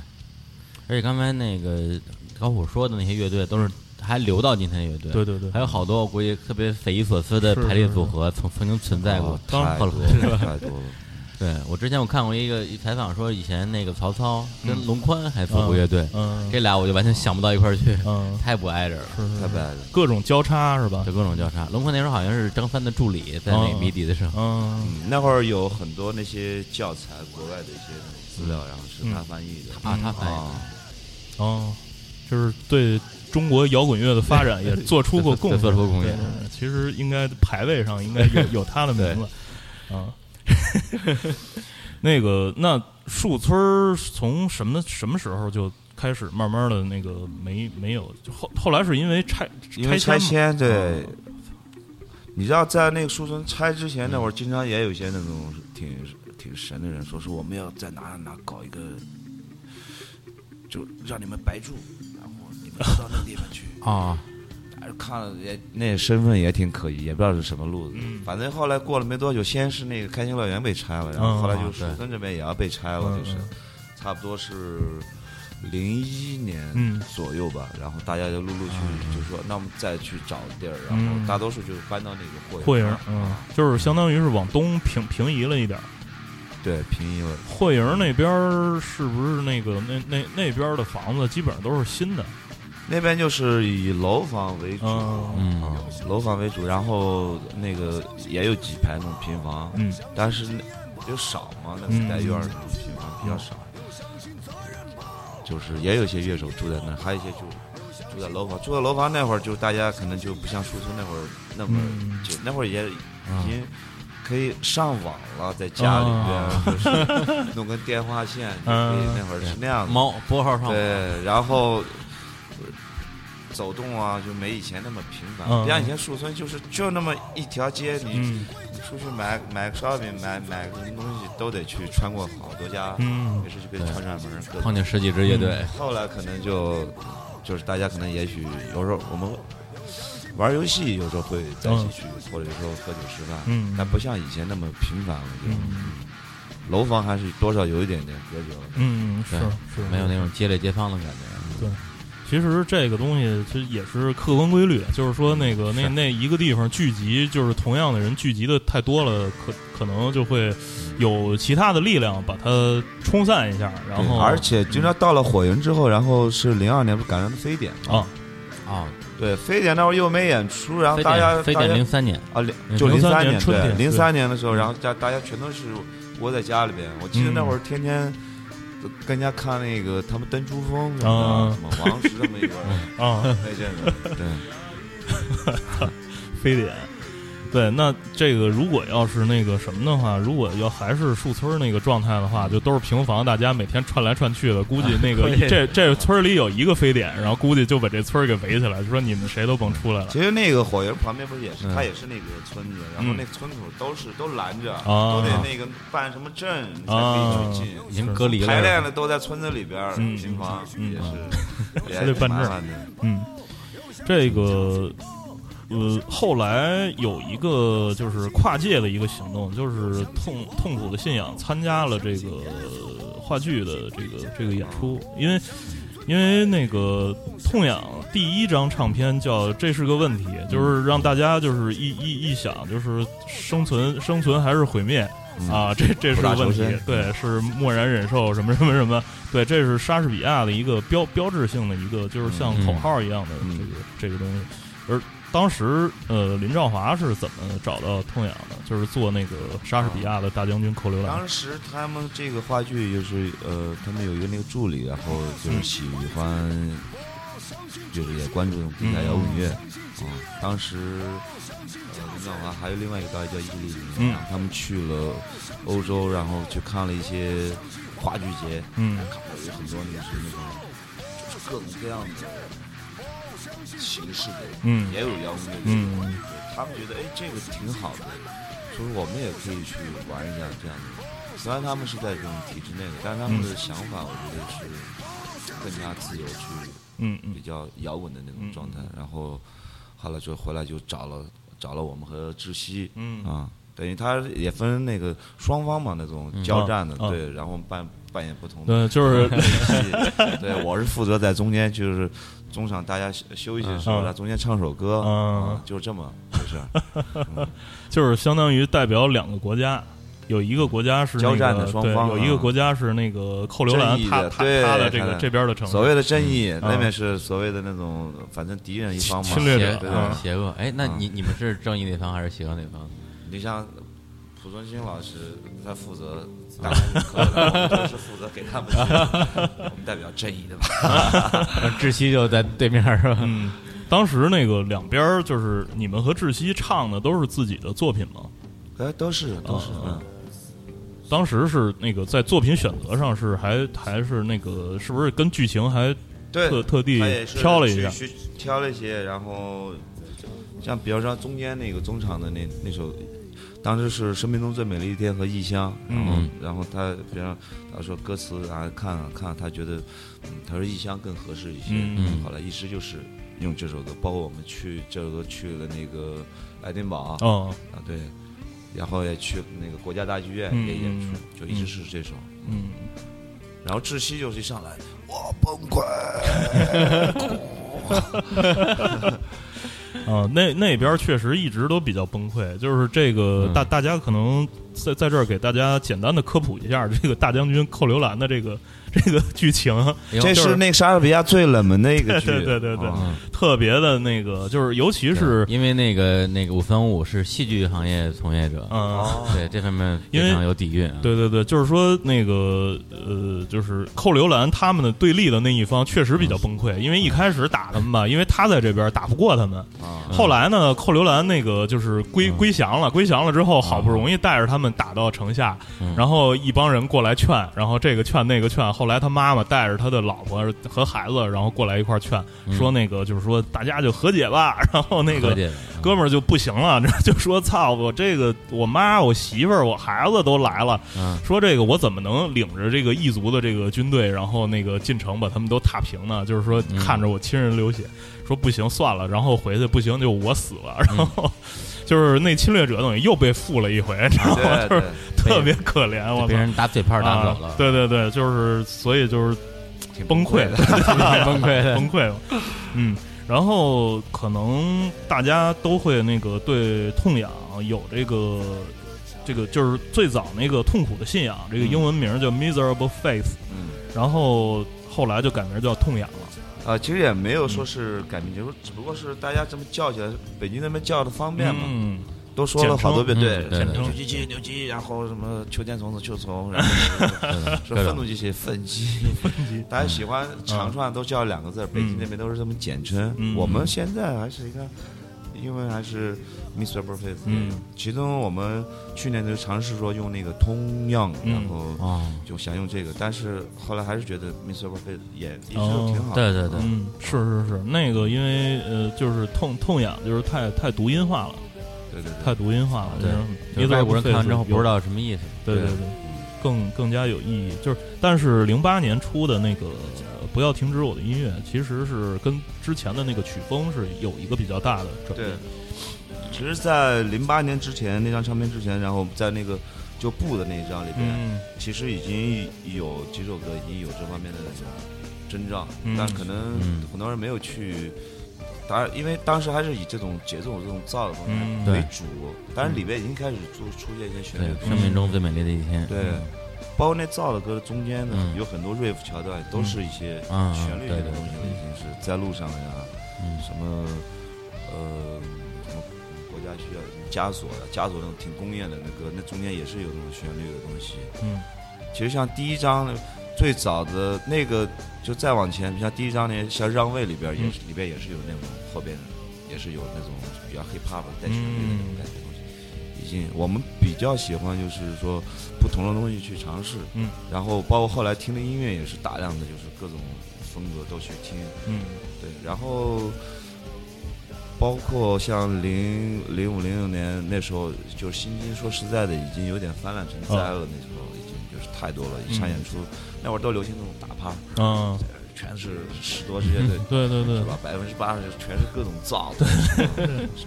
[SPEAKER 3] 而且刚才那个高虎说的那些乐队，都是还留到今天的乐队。
[SPEAKER 2] 对对对
[SPEAKER 3] 还有好多我估计特别匪夷所思的
[SPEAKER 2] 是是
[SPEAKER 3] 排列组合，曾曾经存在过
[SPEAKER 4] 啊。太
[SPEAKER 3] 后
[SPEAKER 4] 多
[SPEAKER 3] 来
[SPEAKER 4] 了，太多了。
[SPEAKER 3] 对我之前我看过一个一采访，说以前那个曹操跟龙宽还组过乐队，
[SPEAKER 2] 嗯
[SPEAKER 3] 这俩我就完全想不到一块儿去，
[SPEAKER 2] 嗯，
[SPEAKER 3] 太不挨着了。
[SPEAKER 2] 是
[SPEAKER 4] 太
[SPEAKER 2] 是
[SPEAKER 4] 白了，
[SPEAKER 2] 各种交叉是吧
[SPEAKER 3] 就？各种交叉。龙宽那时候好像是张三的助理，在那个谜底的时候，
[SPEAKER 2] 嗯，
[SPEAKER 4] 嗯，那会儿有很多那些教材，国外的一些资料，然后是他翻译的。
[SPEAKER 2] 嗯
[SPEAKER 3] 啊，他翻译的
[SPEAKER 4] 啊，
[SPEAKER 2] 哦，就是对中国摇滚乐的发展也做出过贡献，
[SPEAKER 3] 做出过贡
[SPEAKER 2] 对
[SPEAKER 3] 献
[SPEAKER 2] 对对其实应该排位上应该有有他的名字啊。那个，那树村儿从什么什么时候就开始慢慢的那个没没有？就后后来是因为拆
[SPEAKER 4] 因为拆
[SPEAKER 2] 拆迁
[SPEAKER 4] 迁对。你知道，在那个书村拆之前那会儿，经常也有一些那种挺挺神的人，说是我们要在哪哪哪搞一个，就让你们白住，然后你们到那个地方去。
[SPEAKER 3] 啊，
[SPEAKER 4] 哎看了也那身份也挺可疑，也不知道是什么路子。反正后来过了没多久，先是那个开心乐园被拆了，然后后来就
[SPEAKER 3] 嗯
[SPEAKER 4] 树
[SPEAKER 3] 对
[SPEAKER 4] 村这边也要被拆
[SPEAKER 2] 嗯
[SPEAKER 4] 了，就是差不多是零一年
[SPEAKER 2] 嗯
[SPEAKER 4] 左右吧。然后大家就陆陆续续就说，那我们再去找地儿，然
[SPEAKER 2] 嗯
[SPEAKER 4] 后大多数就是搬到那个霍
[SPEAKER 2] 会
[SPEAKER 4] 营
[SPEAKER 2] 营，嗯，就是相当于是往东平平移了一点儿。
[SPEAKER 4] 对平移了。
[SPEAKER 2] 会营那边儿是不是那个那那那边儿的房子基本上都是新的？
[SPEAKER 4] 那边就是以楼房为主，
[SPEAKER 2] 嗯
[SPEAKER 3] 嗯
[SPEAKER 4] 啊楼房为主，然后那个也有几排那种平房，
[SPEAKER 2] 嗯
[SPEAKER 4] 但是那就少嘛，那是带院儿的平房比较少，就是也有一些乐手住在那儿，还有一些就住在楼房。住在楼房那会儿，就大家可能就不像树村那会儿那么
[SPEAKER 2] 嗯
[SPEAKER 4] 就那会儿也已经可以上网了，在家里
[SPEAKER 2] 啊
[SPEAKER 4] 边就是弄根电话线，就可以
[SPEAKER 2] 嗯
[SPEAKER 4] 那会儿是 那样的。
[SPEAKER 3] 猫拨号上网，
[SPEAKER 4] 对，然后呃走动啊，就没以前那么频繁。
[SPEAKER 2] 嗯
[SPEAKER 4] 不像以前树村，就是就那么一条街，你
[SPEAKER 2] 嗯
[SPEAKER 4] 出去买买个烧饼，买买个什么东西，都得去穿过好多家，
[SPEAKER 2] 嗯
[SPEAKER 4] 没事就可以串串门儿。各
[SPEAKER 3] 碰见十几支乐队，
[SPEAKER 4] 后来可能就就是大家可能也许有时候我们玩游戏，有时候会在一起去，或者有时候喝酒吃饭，
[SPEAKER 2] 嗯
[SPEAKER 4] 但不像以前那么频繁了。我觉得
[SPEAKER 2] 嗯
[SPEAKER 4] 楼房还是多少有一点点隔绝了。
[SPEAKER 2] 嗯，是
[SPEAKER 3] 对
[SPEAKER 2] 是，
[SPEAKER 3] 没有那种街里街坊的感觉。
[SPEAKER 2] 其实这个东西其实也是客观规律，就是说那个那
[SPEAKER 3] 是
[SPEAKER 2] 那一个地方聚集，就是同样的人聚集的太多了，可可能就会有其他的力量把它冲散一下，然后
[SPEAKER 4] 而且经常到了火营之后，然后是零二年不是赶上非典嘛？
[SPEAKER 2] 啊，
[SPEAKER 3] 哦，
[SPEAKER 4] 对，非典那会儿又没演出，然后
[SPEAKER 3] 非
[SPEAKER 4] 大家
[SPEAKER 3] 典非
[SPEAKER 4] 大
[SPEAKER 3] 典
[SPEAKER 4] 家
[SPEAKER 3] 零三年，
[SPEAKER 4] 啊，零
[SPEAKER 2] 嗯
[SPEAKER 4] 就
[SPEAKER 2] 03
[SPEAKER 4] 零三
[SPEAKER 2] 年春
[SPEAKER 4] 对，
[SPEAKER 2] 天对
[SPEAKER 4] 零三年的时候，然后大大家全都是窝在家里边。我记得
[SPEAKER 2] 嗯
[SPEAKER 4] 那会儿天天跟人家看那个他们登珠峰什么
[SPEAKER 2] 啊
[SPEAKER 4] 的，什么王石他们一波 人
[SPEAKER 2] 啊，
[SPEAKER 4] 那阵 子，对，
[SPEAKER 2] 嗯非典。对，那这个如果要是那个什么的话，如果要还是树村儿那个状态的话，就都是平房，大家每天串来串去的，估计那个、
[SPEAKER 3] 啊对
[SPEAKER 2] 这这村儿里有一个非典，然后估计就把这村儿给围起来，就说你们谁都甭出来了。
[SPEAKER 4] 其实那个火营旁边不是也是，
[SPEAKER 3] 嗯
[SPEAKER 4] 它也是那个村子，然后那村口都是都拦着，
[SPEAKER 2] 嗯啊
[SPEAKER 4] 都得那个办什么证你才可以去
[SPEAKER 2] 啊
[SPEAKER 4] 进。
[SPEAKER 3] 已经隔离了。
[SPEAKER 4] 排练的都在村子里边儿，
[SPEAKER 2] 嗯
[SPEAKER 4] 平房
[SPEAKER 2] 嗯
[SPEAKER 4] 也是，也
[SPEAKER 2] 还得办证
[SPEAKER 4] 挺麻烦的。
[SPEAKER 2] 嗯，这个呃，后来有一个就是跨界的一个行动，就是痛痛苦的信仰参加了这个话剧的这个这个演出，因为。因为那个痛痒第一张唱片叫《这是个问题》，就是让大家就是一一一想，就是生存生存还是毁灭啊，这这是个问题
[SPEAKER 4] 苦大仇深。
[SPEAKER 2] 对，是默然忍受什么什么什么。对，这是莎士比亚的一个标标志性的一个，就是像
[SPEAKER 3] 嗯
[SPEAKER 2] 口号一样的这
[SPEAKER 4] 嗯
[SPEAKER 2] 个、这个东西。而当时呃，林兆华是怎么找到痛痒的？就是做那个莎士比亚的大将军寇留兰。
[SPEAKER 4] 当时他们这个话剧就是呃，他们有一个那个助理，然后就是喜欢，就是也关注地下摇滚乐啊、当时呃，林兆华还有另外一个导演叫易立明，
[SPEAKER 2] 嗯
[SPEAKER 4] 然后他们去了欧洲，然后去看了一些话剧节，
[SPEAKER 2] 嗯
[SPEAKER 4] 看过有很多那个是那种，就是各种各样的形式的，
[SPEAKER 2] 嗯
[SPEAKER 4] 也有摇滚乐，
[SPEAKER 2] 嗯，
[SPEAKER 4] 他们觉得哎这个挺好的，所以我们也可以去玩一下这样的。虽然他们是在这种体制内的，但是他们的想法我觉得是更加自由去
[SPEAKER 2] 嗯
[SPEAKER 4] 比
[SPEAKER 2] 嗯
[SPEAKER 4] 较摇滚的那种状态。然后后来就回来就找了找了我们和窒息，
[SPEAKER 2] 嗯
[SPEAKER 4] 啊，等于他也分那个双方嘛，那种交战的，
[SPEAKER 2] 啊啊
[SPEAKER 4] 对，然后扮扮演不同的
[SPEAKER 2] 对，呃 就是
[SPEAKER 4] 戏。对，我是负责在中间，就是中场大家休休息的时候，
[SPEAKER 2] 嗯
[SPEAKER 4] 在中间唱首歌，
[SPEAKER 2] 嗯
[SPEAKER 4] 啊就这么回 事儿。
[SPEAKER 2] 就是相当于代表两个国家，有一个国家是、那个、
[SPEAKER 4] 交战的双方
[SPEAKER 2] 对，
[SPEAKER 4] 啊
[SPEAKER 2] 有一个国家是那个扣留兰
[SPEAKER 4] 正义，
[SPEAKER 2] 他
[SPEAKER 4] 的
[SPEAKER 2] 他
[SPEAKER 4] 对
[SPEAKER 2] 他的这
[SPEAKER 4] 他
[SPEAKER 2] 个
[SPEAKER 4] 的
[SPEAKER 2] 这边的城市，
[SPEAKER 4] 所谓的正义，
[SPEAKER 2] 嗯
[SPEAKER 4] 那边是所谓的那种，反正敌人一方嘛，
[SPEAKER 2] 侵略
[SPEAKER 3] 邪
[SPEAKER 2] 者
[SPEAKER 4] 对
[SPEAKER 2] 啊
[SPEAKER 4] 吧
[SPEAKER 3] 恶，？邪恶。哎，那
[SPEAKER 4] 嗯
[SPEAKER 3] 你你们是正义那方还是邪恶那方？
[SPEAKER 4] 你像蒲存昕老师，他负责打扑克，然后我就是负责给他们 去，我们代表正义的吧。
[SPEAKER 3] 然呃后窒息就在对面是吧？
[SPEAKER 2] 嗯，当时那个两边儿就是你们和窒息唱的都是自己的作品吗？
[SPEAKER 4] 哎，都是都是，嗯，
[SPEAKER 2] 当时是那个在作品选择上是还还是那个是不是跟剧情还
[SPEAKER 4] 对，
[SPEAKER 2] 特特地
[SPEAKER 4] 他也是
[SPEAKER 2] 挑了一下
[SPEAKER 4] 去，去挑了一些，然后像比如说中间那个中场的那那首，当时是《生命中最美丽的一天》和《异乡》，然后、
[SPEAKER 3] 嗯
[SPEAKER 4] 然后他比方他说歌词啊看了看了，他觉得嗯他说《异乡》更合适一些，
[SPEAKER 2] 嗯
[SPEAKER 4] 后来一直就是用这首歌，包括我们去这首歌去了那个爱丁堡啊，
[SPEAKER 2] 嗯
[SPEAKER 4] 对。然后也去那个国家大剧院
[SPEAKER 2] 嗯
[SPEAKER 4] 也演出，就一直
[SPEAKER 2] 嗯
[SPEAKER 4] 是这首。
[SPEAKER 2] 嗯，
[SPEAKER 4] 然后窒息就是一上来，我崩溃，
[SPEAKER 2] 啊，那那边儿确实一直都比较崩溃，就是这个
[SPEAKER 3] 嗯
[SPEAKER 2] 大大家可能在在这儿给大家简单的科普一下这个大将军寇留兰的这个 这个剧情，
[SPEAKER 3] 因为
[SPEAKER 4] 这
[SPEAKER 2] 就是
[SPEAKER 4] 是那个莎士比亚最冷门的一个 剧，
[SPEAKER 2] 对对对对
[SPEAKER 3] 哦
[SPEAKER 4] 啊
[SPEAKER 2] 特别的那个，就是尤其是
[SPEAKER 3] 因为那个那个五三五是戏剧行业从业者，
[SPEAKER 2] 嗯。
[SPEAKER 3] 对这方面
[SPEAKER 2] 因为
[SPEAKER 3] 非常有底蕴啊。
[SPEAKER 2] 对对对，就是说那个呃，就是寇留兰他们的对立的那一方确实比较崩溃，因为一开始打他们吧，因为他在这边打不过他们。
[SPEAKER 4] 啊，
[SPEAKER 2] 后来呢，寇留兰那个就是归归降了，归降了之后，好不容易带着他们打到城下，然后一帮人过来劝，然后这个劝那个劝，后来他妈妈带着他的老婆和孩子，然后过来一块儿劝，说那个就是说大家就和解吧， 然后那个
[SPEAKER 3] 和解了嗯
[SPEAKER 2] 哥们儿就不行了， 就说操，我这个我妈、我媳妇儿、我孩子都来了，
[SPEAKER 3] 嗯
[SPEAKER 2] 说这个我怎么能领着这个异族的这个军队，然后那个进城把他们都踏平呢？就是说看着我亲人流血，说不行算了，然后回去不行就我死了，
[SPEAKER 3] 嗯
[SPEAKER 2] 然后就是那侵略者等于又被俘了一回，你知道吗？
[SPEAKER 4] 对
[SPEAKER 2] 就
[SPEAKER 4] 对
[SPEAKER 2] 是， 特别可怜，我
[SPEAKER 3] 被
[SPEAKER 2] 操。
[SPEAKER 3] 人打嘴炮打走了
[SPEAKER 2] 啊，，对对对，就是所以就是
[SPEAKER 4] 挺
[SPEAKER 2] 崩溃
[SPEAKER 4] 的。
[SPEAKER 2] 的，
[SPEAKER 3] 崩溃的
[SPEAKER 2] 崩溃了。嗯，然后可能大家都会那个对痛痒有这个这个，就是最早那个痛苦的信仰，这个英文名叫 Miserable Faith，
[SPEAKER 4] 嗯，
[SPEAKER 2] 然后后来就改名叫痛痒了。
[SPEAKER 4] 啊，其实也没有说是改名，就是只不过是大家这么叫起来，北京那边叫的方便嘛，
[SPEAKER 2] 嗯，
[SPEAKER 4] 都说了好多遍，对
[SPEAKER 3] 简
[SPEAKER 4] 什么
[SPEAKER 3] 称，嗯简称
[SPEAKER 4] 牛鸡鸡牛鸡，然后什么秋天虫子秋虫，然后说愤怒鸡鸡愤鸡，大家喜欢长串都叫两个字儿，北京那边都是这么简称
[SPEAKER 2] 嗯。
[SPEAKER 4] 我们现在还是一个。英文还是 Mr. Perfect，
[SPEAKER 2] 嗯，
[SPEAKER 4] 其中我们去年就尝试说用那个通样，
[SPEAKER 2] 嗯
[SPEAKER 4] 然后
[SPEAKER 3] 哦，
[SPEAKER 4] 就想用这个，但是后来还是觉得 Mr. Perfect 也一直都挺好的。
[SPEAKER 3] 对对对，
[SPEAKER 2] 嗯，是是是，那个因为呃，就是痛痛痒，就是太太读音化了，
[SPEAKER 4] 对对
[SPEAKER 2] 太读音化了。
[SPEAKER 3] 对
[SPEAKER 2] 就是
[SPEAKER 3] 就是外国人
[SPEAKER 2] Miserable Faith
[SPEAKER 3] 看完之后
[SPEAKER 2] 有
[SPEAKER 3] 不知道什么意思。
[SPEAKER 2] 对对
[SPEAKER 4] 对
[SPEAKER 2] 对，更更加有意义。就是，但是零八年出的那个呃《不要停止我的音乐》，其实是跟之前的那个曲风是有一个比较大的转
[SPEAKER 4] 对
[SPEAKER 2] 变。。
[SPEAKER 4] 其实，在零八年之前那张唱片之前，然后在那个就布的那一张里边，
[SPEAKER 2] 嗯
[SPEAKER 4] 其实已经有几首歌已经有这方面的那种征兆，
[SPEAKER 2] 嗯
[SPEAKER 4] 但可能
[SPEAKER 3] 嗯
[SPEAKER 4] 很多人没有去。当然，因为当时还是以这种节奏、这种燥的东
[SPEAKER 2] 嗯
[SPEAKER 4] 西
[SPEAKER 3] 对嗯
[SPEAKER 4] 为主，当然里边已经开始出出现一些旋
[SPEAKER 3] 对
[SPEAKER 4] 律东西，
[SPEAKER 3] 生命中最美丽的一天。
[SPEAKER 4] 对，包括那燥的歌中间呢，
[SPEAKER 3] 嗯
[SPEAKER 4] 有很多 riff 桥段都是一些
[SPEAKER 3] 嗯
[SPEAKER 4] 旋律类
[SPEAKER 3] 对
[SPEAKER 4] 的
[SPEAKER 3] 对
[SPEAKER 4] 东西了，已经是在路上了呀，
[SPEAKER 3] 嗯
[SPEAKER 4] 什么呃什么国家需要枷锁呀，枷锁那种挺工业的那歌，那中间也是有那种旋律的东西。
[SPEAKER 2] 嗯
[SPEAKER 4] 其实像第一章最早的那个，就再往前，像第一章那像让位里边也是、
[SPEAKER 1] 嗯
[SPEAKER 4] 里边也是有那种后边也是有那种比较 hip hop 的带旋律的那种感觉的东西。已经我们比较喜欢就是说不同的东西去尝试，
[SPEAKER 2] 嗯，
[SPEAKER 4] 然后包括后来听的音乐也是大量的就是各种风格都去听，
[SPEAKER 2] 嗯
[SPEAKER 4] 对，然后包括像零零五零六年那时候，就是新津，说实在的，已经有点泛滥成灾了。那时候已经就是太多了，一
[SPEAKER 2] 嗯
[SPEAKER 4] 场演出、那会儿都流行那种打趴，
[SPEAKER 2] 啊，
[SPEAKER 4] 全是十多支乐队。
[SPEAKER 2] 对对对
[SPEAKER 4] 是，吧？百分之八十全是各种造的，什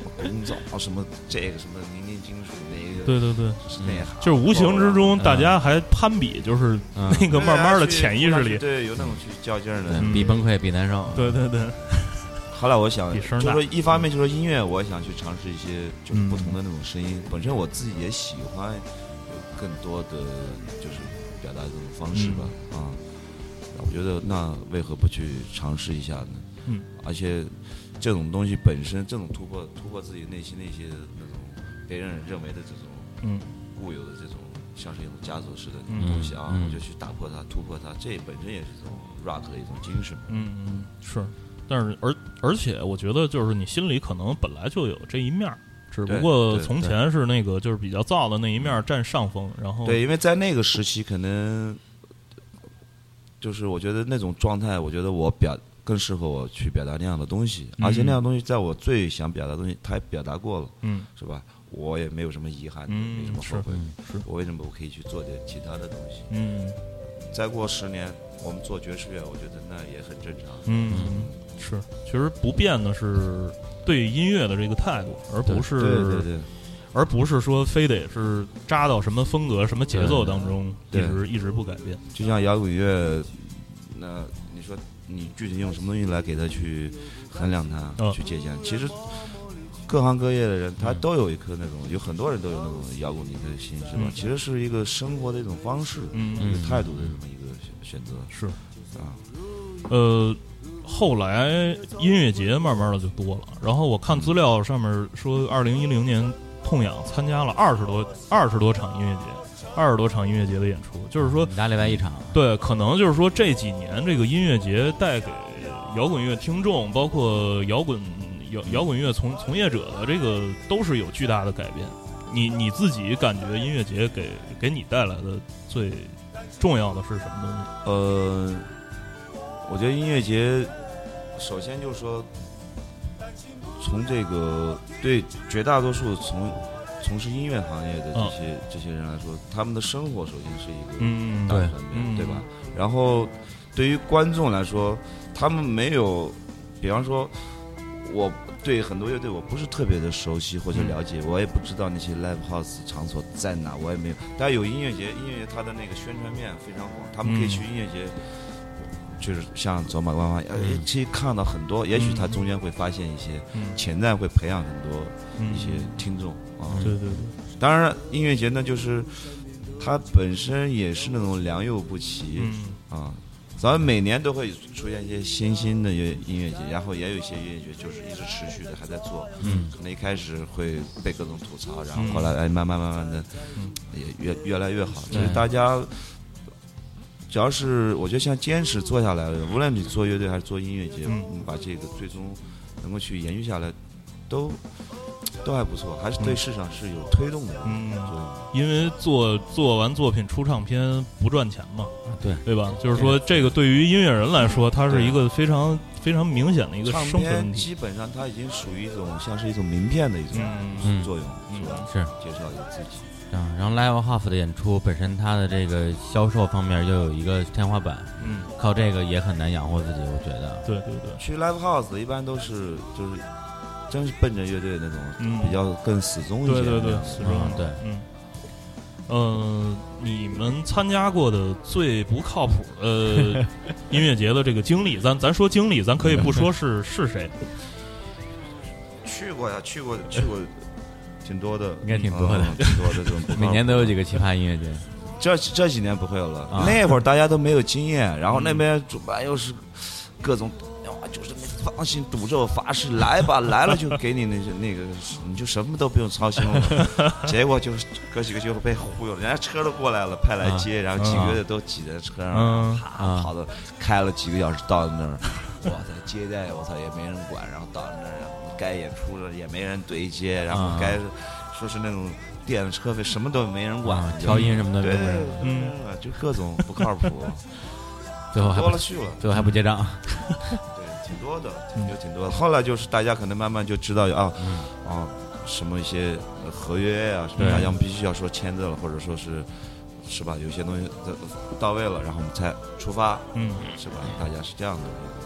[SPEAKER 4] 么工造，什么这个什么宁宁金属那个，
[SPEAKER 2] 对对对，
[SPEAKER 4] 是那行，
[SPEAKER 2] 就是无形之中
[SPEAKER 3] 嗯
[SPEAKER 2] 大家还攀比，就是
[SPEAKER 3] 嗯，
[SPEAKER 2] 那个慢慢的潜意识里，
[SPEAKER 4] 对，有那种去较劲儿的。
[SPEAKER 3] 对
[SPEAKER 2] 嗯
[SPEAKER 3] 比崩溃比难受，
[SPEAKER 2] 对对对，
[SPEAKER 4] 后来我想，
[SPEAKER 2] 比
[SPEAKER 4] 就
[SPEAKER 2] 声
[SPEAKER 4] 是
[SPEAKER 2] 大
[SPEAKER 4] 说一方面就是说音乐，我也想去尝试一些就是
[SPEAKER 2] 嗯
[SPEAKER 4] 不同的那种声音。本身我自己也喜欢有更多的就是表达这种方式吧，
[SPEAKER 2] 嗯
[SPEAKER 4] 啊，那我觉得那为何不去尝试一下呢？
[SPEAKER 2] 嗯，
[SPEAKER 4] 而且这种东西本身，这种突破突破自己内心的一些那种别人认为的这种
[SPEAKER 2] 嗯
[SPEAKER 4] 固有的这种像是一种枷锁式的
[SPEAKER 2] 嗯
[SPEAKER 4] 东西啊，
[SPEAKER 3] 嗯
[SPEAKER 4] 我就去打破它、突破它，这本身也是一种 rock 的一种精神。
[SPEAKER 2] 嗯嗯是，但是而而且我觉得就是你心里可能本来就有这一面儿，只不
[SPEAKER 4] 对
[SPEAKER 2] 过
[SPEAKER 4] 对
[SPEAKER 2] 从
[SPEAKER 4] 对
[SPEAKER 2] 前是那个就是比较燥的那一面儿占上风，然后
[SPEAKER 4] 对，因为在那个时期，可能就是我觉得那种状态，我觉得我表更适合我去表达那样的东西，而且那样的东西在我最想表达的东西，他也表达过了，
[SPEAKER 2] 嗯
[SPEAKER 4] 是吧？我也没有什么遗憾，
[SPEAKER 2] 嗯
[SPEAKER 4] 没什么后悔
[SPEAKER 3] 嗯，
[SPEAKER 2] 是
[SPEAKER 4] 我为什么不可以去做点其他的东西？
[SPEAKER 2] 嗯
[SPEAKER 4] 再过十年，我们做爵士乐，我觉得那也很正常。
[SPEAKER 2] 嗯是，其实不变的是对音乐的这个态度，而不是
[SPEAKER 4] 对对对，
[SPEAKER 2] 而不是说非得是扎到什么风格、什么节奏当中，一
[SPEAKER 4] 对
[SPEAKER 2] 直一直不改变。
[SPEAKER 4] 就像摇滚乐，那你说你具体用什么东西来给他去衡量它、
[SPEAKER 2] 嗯
[SPEAKER 4] 去界限？其实各行各业的人，他都有一颗那种，有很多人都有那种摇滚迷的心，是吧？
[SPEAKER 2] 嗯
[SPEAKER 4] 其实是一个生活的一种方式，
[SPEAKER 2] 嗯
[SPEAKER 4] 一个态度的这么一个选选择
[SPEAKER 2] 是，
[SPEAKER 4] 啊。
[SPEAKER 2] 呃，后来音乐节慢慢的就多了，然后我看资料上面说，二零一零年痛痒参加了二十多二十多场音乐节，二十多场音乐节的演出，就是说，
[SPEAKER 3] 俩礼拜一场，
[SPEAKER 2] 对，可能就是说这几年这个音乐节带给摇滚乐听众，包括摇滚摇摇滚乐从从业者的这个都是有巨大的改变。你你自己感觉音乐节给给你带来的最重要的是什么嗯
[SPEAKER 4] 呃，我觉得音乐节，首先就是说，从这个对绝大多数从从事音乐行业的这
[SPEAKER 2] 嗯
[SPEAKER 4] 些、这些人来说，他们的生活首先是一个
[SPEAKER 2] 东西？嗯，
[SPEAKER 4] 大
[SPEAKER 3] 对
[SPEAKER 4] 的转变，
[SPEAKER 2] 嗯
[SPEAKER 4] 对吧？然后对于观众来说，他们没有，比方说，我对很多乐队我不是特别的熟悉或者了解，我也不知道那些 live house 场所在哪，我也没有。但有音乐节，音乐节它的那个宣传面非常广，他们可以
[SPEAKER 2] 嗯
[SPEAKER 4] 去音乐节。就是像走马观花，呃
[SPEAKER 3] 嗯，
[SPEAKER 4] 其实看到很多，也许他中间会发现一些
[SPEAKER 2] 嗯
[SPEAKER 4] 潜在，会培养很多
[SPEAKER 2] 嗯
[SPEAKER 4] 一些听众啊。
[SPEAKER 2] 对对对，
[SPEAKER 4] 当然，音乐节呢，就是它本身也是那种良莠不齐，
[SPEAKER 2] 嗯
[SPEAKER 4] 啊，咱们每年都会出现一些新兴的音音乐节，然后也有一些音乐节就是一直持续的还在做，
[SPEAKER 3] 嗯，
[SPEAKER 4] 可能一开始会被各种吐槽，然后
[SPEAKER 2] 嗯
[SPEAKER 4] 后来哎慢慢慢慢的
[SPEAKER 2] 嗯
[SPEAKER 4] 也越越来越好。其实
[SPEAKER 3] 对
[SPEAKER 4] 大家只要是我觉得像坚持做下来的，无论你做乐队还是做音乐节，
[SPEAKER 2] 嗯
[SPEAKER 4] 你把这个最终能够去延续下来，都都还不错，还是对
[SPEAKER 2] 嗯
[SPEAKER 4] 市场是有推动的作
[SPEAKER 2] 嗯，
[SPEAKER 4] 用。
[SPEAKER 2] 因为做做完作品出唱片不赚钱嘛，
[SPEAKER 3] 对
[SPEAKER 2] 对吧？就是说，这个对于音乐人来说，它是一个非常非常明显的一个
[SPEAKER 4] 唱
[SPEAKER 2] 生存问
[SPEAKER 4] 片
[SPEAKER 2] 题。
[SPEAKER 4] 基本上它已经属于一种像是一种名片的一种
[SPEAKER 2] 嗯
[SPEAKER 4] 作用，
[SPEAKER 2] 嗯
[SPEAKER 4] 是吧？
[SPEAKER 3] 是。
[SPEAKER 4] 介绍一下自己，
[SPEAKER 3] 嗯，然后 Live House 的演出本身，它的这个销售方面又有一个天花板，
[SPEAKER 2] 嗯，
[SPEAKER 3] 靠这个也很难养活自己，我觉得。
[SPEAKER 2] 对对对，
[SPEAKER 4] 去 live house 一般都是就是真是奔着乐队那种
[SPEAKER 2] 嗯，
[SPEAKER 4] 比较更死忠一些
[SPEAKER 2] 对
[SPEAKER 4] 的，
[SPEAKER 2] 对对，死忠
[SPEAKER 3] 嗯，对，
[SPEAKER 2] 嗯。呃，你们参加过的最不靠谱 的音乐节的这个经历，咱咱说经历，咱可以不说 是是谁，
[SPEAKER 4] 去过呀，去过去过，挺多的，
[SPEAKER 3] 应该挺多的，
[SPEAKER 4] 嗯挺多的这 种嗯
[SPEAKER 3] 每年都有几个奇葩音乐节，
[SPEAKER 4] 这这几年不会有了，
[SPEAKER 3] 啊嗯
[SPEAKER 4] 那会儿大家都没有经验，然后那边主办又是各种。哇，就是那放心赌咒发誓来吧，来了就给你那些那个，你就什么都不用操心了。结果就是哥几个就被忽悠了，人家车都过来了，派来接，然后几个月都挤在车上，
[SPEAKER 2] 嗯
[SPEAKER 4] 啪
[SPEAKER 3] 啊
[SPEAKER 4] 跑到开了几个小时到那儿，哇塞，接待我操也没人管，然后到那儿然后该演出了也没人对接，然后
[SPEAKER 3] 啊
[SPEAKER 4] 该说是那种电车费什么都没人管
[SPEAKER 3] 啊，
[SPEAKER 4] 就
[SPEAKER 3] 调音什么的
[SPEAKER 4] 对
[SPEAKER 3] 都没人，
[SPEAKER 2] 嗯
[SPEAKER 4] 对就各种不靠谱，
[SPEAKER 3] 最后还
[SPEAKER 4] 多
[SPEAKER 3] 不
[SPEAKER 4] 了去了，
[SPEAKER 3] 最后还不结账，
[SPEAKER 4] 对，挺多的，挺有挺多的。后来就是大家可能慢慢就知道啊
[SPEAKER 3] 嗯
[SPEAKER 4] 啊，什么一些呃合约呀、什么
[SPEAKER 2] 对
[SPEAKER 4] 大家必须要说签字了，或者说是是吧？有些东西呃到位了，然后我们才出发，
[SPEAKER 2] 嗯
[SPEAKER 4] 是吧？大家是这样的，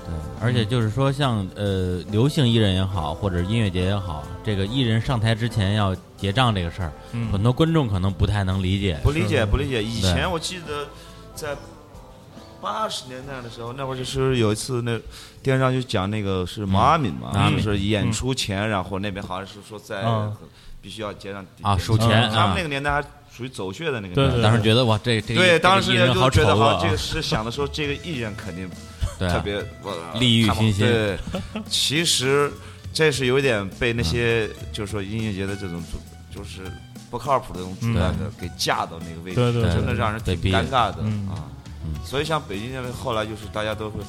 [SPEAKER 3] 对，而且就是说像呃流行艺人也好，或者音乐节也好，这个艺人上台之前要结账这个事儿，很
[SPEAKER 2] 嗯，
[SPEAKER 3] 多观众可能不太能理解，
[SPEAKER 4] 不理解，不理解。以
[SPEAKER 3] 对
[SPEAKER 4] 前我记得在八十年代的时候，那会儿就是有一次那电视上就讲那个是毛阿敏嘛，
[SPEAKER 3] 嗯
[SPEAKER 4] 就是演出前，然后那边好像是说在、
[SPEAKER 2] 嗯
[SPEAKER 4] 必须要结上
[SPEAKER 3] 啊数
[SPEAKER 2] 钱
[SPEAKER 4] 嗯他
[SPEAKER 3] 啊
[SPEAKER 4] 们那个年代还属于走穴的那个
[SPEAKER 2] 对
[SPEAKER 4] 年
[SPEAKER 2] 对
[SPEAKER 4] 代。
[SPEAKER 3] 嗯当时觉得哇这这个这
[SPEAKER 4] 对，
[SPEAKER 3] 个
[SPEAKER 4] 当时
[SPEAKER 3] 艺人
[SPEAKER 4] 就
[SPEAKER 3] 好
[SPEAKER 4] 觉
[SPEAKER 3] 丑
[SPEAKER 4] 得
[SPEAKER 3] 恶啊
[SPEAKER 4] 好，这个是想的说，这个艺人肯定
[SPEAKER 3] 对啊
[SPEAKER 4] 特别呃
[SPEAKER 3] 利欲熏心
[SPEAKER 4] 对，其实这是有点被那些就是说音乐节的这种主，就是不靠谱的这种主办的给架到那个位置，
[SPEAKER 2] 对对对
[SPEAKER 4] 真的让人
[SPEAKER 3] 被
[SPEAKER 4] 挺
[SPEAKER 3] 逼
[SPEAKER 4] 尴尬的
[SPEAKER 2] 嗯
[SPEAKER 4] 啊
[SPEAKER 3] 嗯。
[SPEAKER 4] 所以像北京这边后来就是大家都会，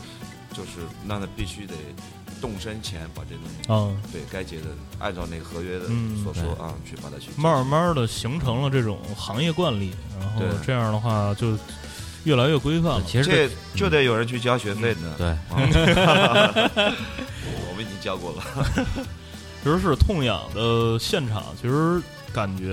[SPEAKER 4] 就是那他必须得动身前把这东西。
[SPEAKER 2] 啊，
[SPEAKER 4] 对该结的，按照那个合约的
[SPEAKER 2] 嗯
[SPEAKER 4] 所说啊，去把它去结
[SPEAKER 2] 慢慢的形成了这种行业惯例，然后
[SPEAKER 4] 对
[SPEAKER 2] 这样的话就越来越规范了。
[SPEAKER 3] 其实
[SPEAKER 4] 这
[SPEAKER 2] 嗯
[SPEAKER 4] 就得有人去交学费呢。
[SPEAKER 3] 对
[SPEAKER 4] 啊 我们已经交过了。
[SPEAKER 2] 其实是痛痒的现场，其实感觉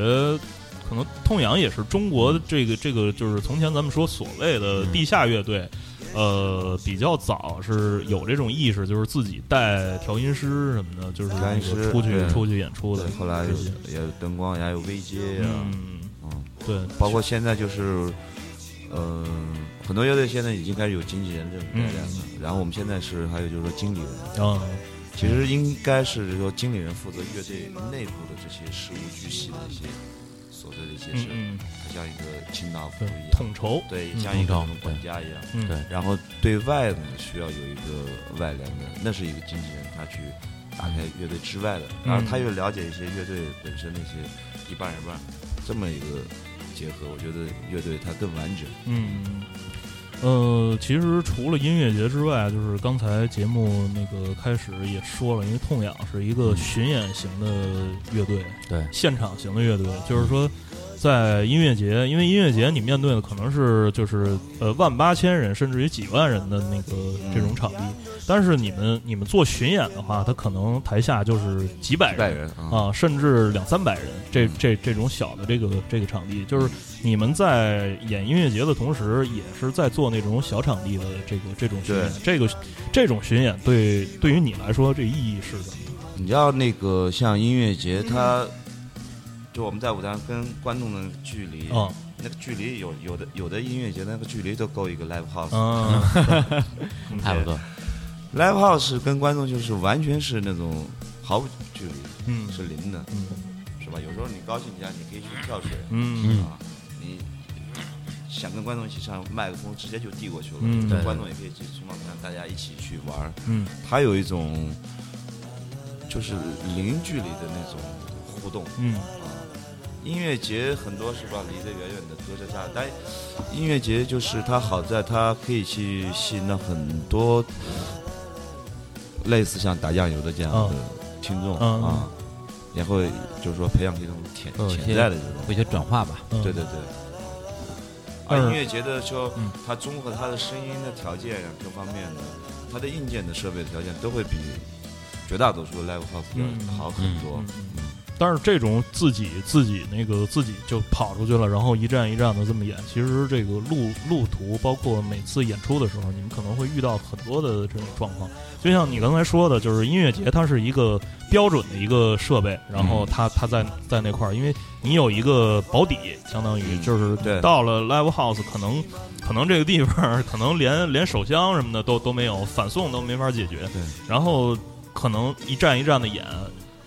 [SPEAKER 2] 可能痛痒也是中国这个这个就是从前咱们说所谓的地下乐队，呃，比较早是有这种意识，就是自己带调音师什么的，就是
[SPEAKER 4] 调音师
[SPEAKER 2] 出去
[SPEAKER 4] 对
[SPEAKER 2] 出去演出的
[SPEAKER 4] 对，。后来
[SPEAKER 2] 这些
[SPEAKER 4] 也有灯光，也有 V 街呀，
[SPEAKER 2] 嗯，
[SPEAKER 4] 嗯，
[SPEAKER 2] 对，
[SPEAKER 4] 包括现在就是，嗯、很多乐队现在已经开始有经纪人这种概念了。然后我们现在是还有就是说经理人，
[SPEAKER 2] 嗯
[SPEAKER 4] 其实应该是说经理人负责乐队内部的这些事无巨细的一些琐碎的一些
[SPEAKER 2] 嗯
[SPEAKER 4] 事，
[SPEAKER 2] 嗯，
[SPEAKER 4] 它像一个清道夫
[SPEAKER 2] 对
[SPEAKER 4] 一，样，
[SPEAKER 2] 统筹，
[SPEAKER 4] 对，
[SPEAKER 2] 嗯
[SPEAKER 4] 像一个
[SPEAKER 3] 统筹
[SPEAKER 4] 管家一样。
[SPEAKER 2] 嗯
[SPEAKER 3] 对
[SPEAKER 4] 然后对外呢，需要有一个外联的，那是一个经纪人，他去打开乐队之外的，然后他又了解一些乐队本身的一些一半一半，这么一个结合，我觉得乐队它更完整。
[SPEAKER 2] 嗯，呃，其实除了音乐节之外，就是刚才节目那个开始也说了，因为痛痒是一个巡演型的乐队，
[SPEAKER 3] 对
[SPEAKER 2] 现场型的乐队，就是说。在音乐节，因为音乐节你面对的可能是就是呃万八千人甚至于几万人的那个这种场地，但是你们你们做巡演的话，它可能台下就是几百
[SPEAKER 4] 一
[SPEAKER 2] 人，
[SPEAKER 4] 百人啊，
[SPEAKER 2] 啊，甚至两三百人，这
[SPEAKER 4] 嗯
[SPEAKER 2] 这这种小的这个这个场地，就是你们在演音乐节的同时，也是在做那种小场地的这个这种巡演。这个这种巡演对对于你来说，这意义是什么？
[SPEAKER 4] 你知道那个像音乐节，它就我们在舞台上跟观众的距离，
[SPEAKER 2] 啊
[SPEAKER 4] 那个距离有有的有的音乐节那个距离都够一个 live house，、
[SPEAKER 2] 啊，
[SPEAKER 4] 嗯
[SPEAKER 3] 差不多，
[SPEAKER 4] live house 跟观众就是完全是那种毫无距离，
[SPEAKER 2] 嗯
[SPEAKER 4] 是零的，
[SPEAKER 2] 嗯
[SPEAKER 4] 是吧？有时候你高兴一下，你可以去跳水，
[SPEAKER 2] 嗯
[SPEAKER 4] 啊，你想跟观众一起上，麦克风直接就递过去了，
[SPEAKER 2] 嗯
[SPEAKER 4] 就
[SPEAKER 3] 对
[SPEAKER 4] 观众也可以去冲浪让大家一起去玩儿。
[SPEAKER 2] 嗯
[SPEAKER 4] 它有一种就是零距离的那种互动。
[SPEAKER 2] 嗯
[SPEAKER 4] 音乐节很多是吧，离得远远的，隔着大，但音乐节就是它好在它可以去吸引到很多类似像打酱油的这样的
[SPEAKER 2] 嗯
[SPEAKER 4] 听众、
[SPEAKER 2] 嗯哦
[SPEAKER 4] 啊，也会就是说培养这种潜
[SPEAKER 3] 嗯
[SPEAKER 4] 潜在的这种。
[SPEAKER 3] 会些转化吧，
[SPEAKER 2] 嗯，
[SPEAKER 4] 对对对。而
[SPEAKER 2] 但是
[SPEAKER 4] 音乐节的时候
[SPEAKER 2] 嗯，
[SPEAKER 4] 它综合它的声音的条件呀，各方面的，它的硬件的设备条件都会比绝大多数的 live house
[SPEAKER 2] 嗯
[SPEAKER 4] 要好很多
[SPEAKER 2] 嗯。。嗯但是这种自己自己那个自己就跑出去了，然后一站一站的这么演，其实这个路路途，包括每次演出的时候，你们可能会遇到很多的这种状况。就像你刚才说的，就是音乐节它是一个标准的一个设备，然
[SPEAKER 4] 嗯
[SPEAKER 2] 后它它在在那块儿，因为你有一个保底，相当于
[SPEAKER 4] 嗯
[SPEAKER 2] 就是
[SPEAKER 4] 对
[SPEAKER 2] 到了 live house 可能。可能这个地方可能连连手枪什么的都都没有，反送都没法解决。
[SPEAKER 4] 对，
[SPEAKER 2] 然后可能一站一站的演，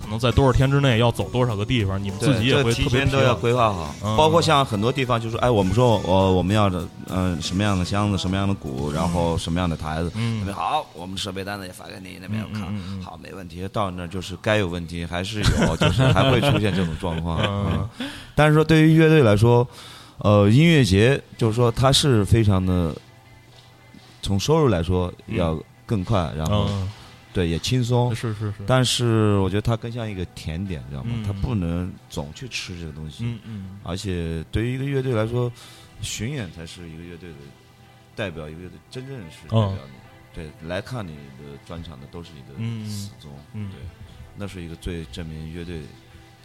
[SPEAKER 2] 可能在多少天之内要走多少个地方，你们
[SPEAKER 4] 对
[SPEAKER 2] 自己也
[SPEAKER 4] 这
[SPEAKER 2] 会
[SPEAKER 4] 提
[SPEAKER 2] 特别
[SPEAKER 4] 前都
[SPEAKER 2] 疲劳
[SPEAKER 4] 要规划好
[SPEAKER 2] 嗯，
[SPEAKER 4] 包括像很多地方就是，哎，我们说我我们要的，嗯，什么样的箱子，什么样的鼓，然后什么样的台子，
[SPEAKER 2] 嗯
[SPEAKER 4] 那边好，我们设备单子也发给你，那边
[SPEAKER 2] 嗯
[SPEAKER 4] 我看
[SPEAKER 2] 嗯嗯嗯，
[SPEAKER 4] 好，没问题。到那儿就是该有问题还是有， 就是还会出现这种状况。
[SPEAKER 2] 嗯
[SPEAKER 4] 但是说对于乐队来说，呃，音乐节就是说它是非常的，从收入来说
[SPEAKER 2] 嗯
[SPEAKER 4] 要更快，然后
[SPEAKER 2] 嗯
[SPEAKER 4] 对，也轻松。
[SPEAKER 2] 是是是，
[SPEAKER 4] 但是我觉得它更像一个甜点，知道吗？
[SPEAKER 2] 嗯
[SPEAKER 4] 它不能总去吃这个东西，
[SPEAKER 2] 嗯嗯
[SPEAKER 4] 而且对于一个乐队来说，巡演才是一个乐队的代表，一个乐队真正是代表你。对，来看你的专场的都是你
[SPEAKER 2] 嗯
[SPEAKER 4] 的死忠，
[SPEAKER 2] 嗯
[SPEAKER 4] 对，那是一个最证明乐队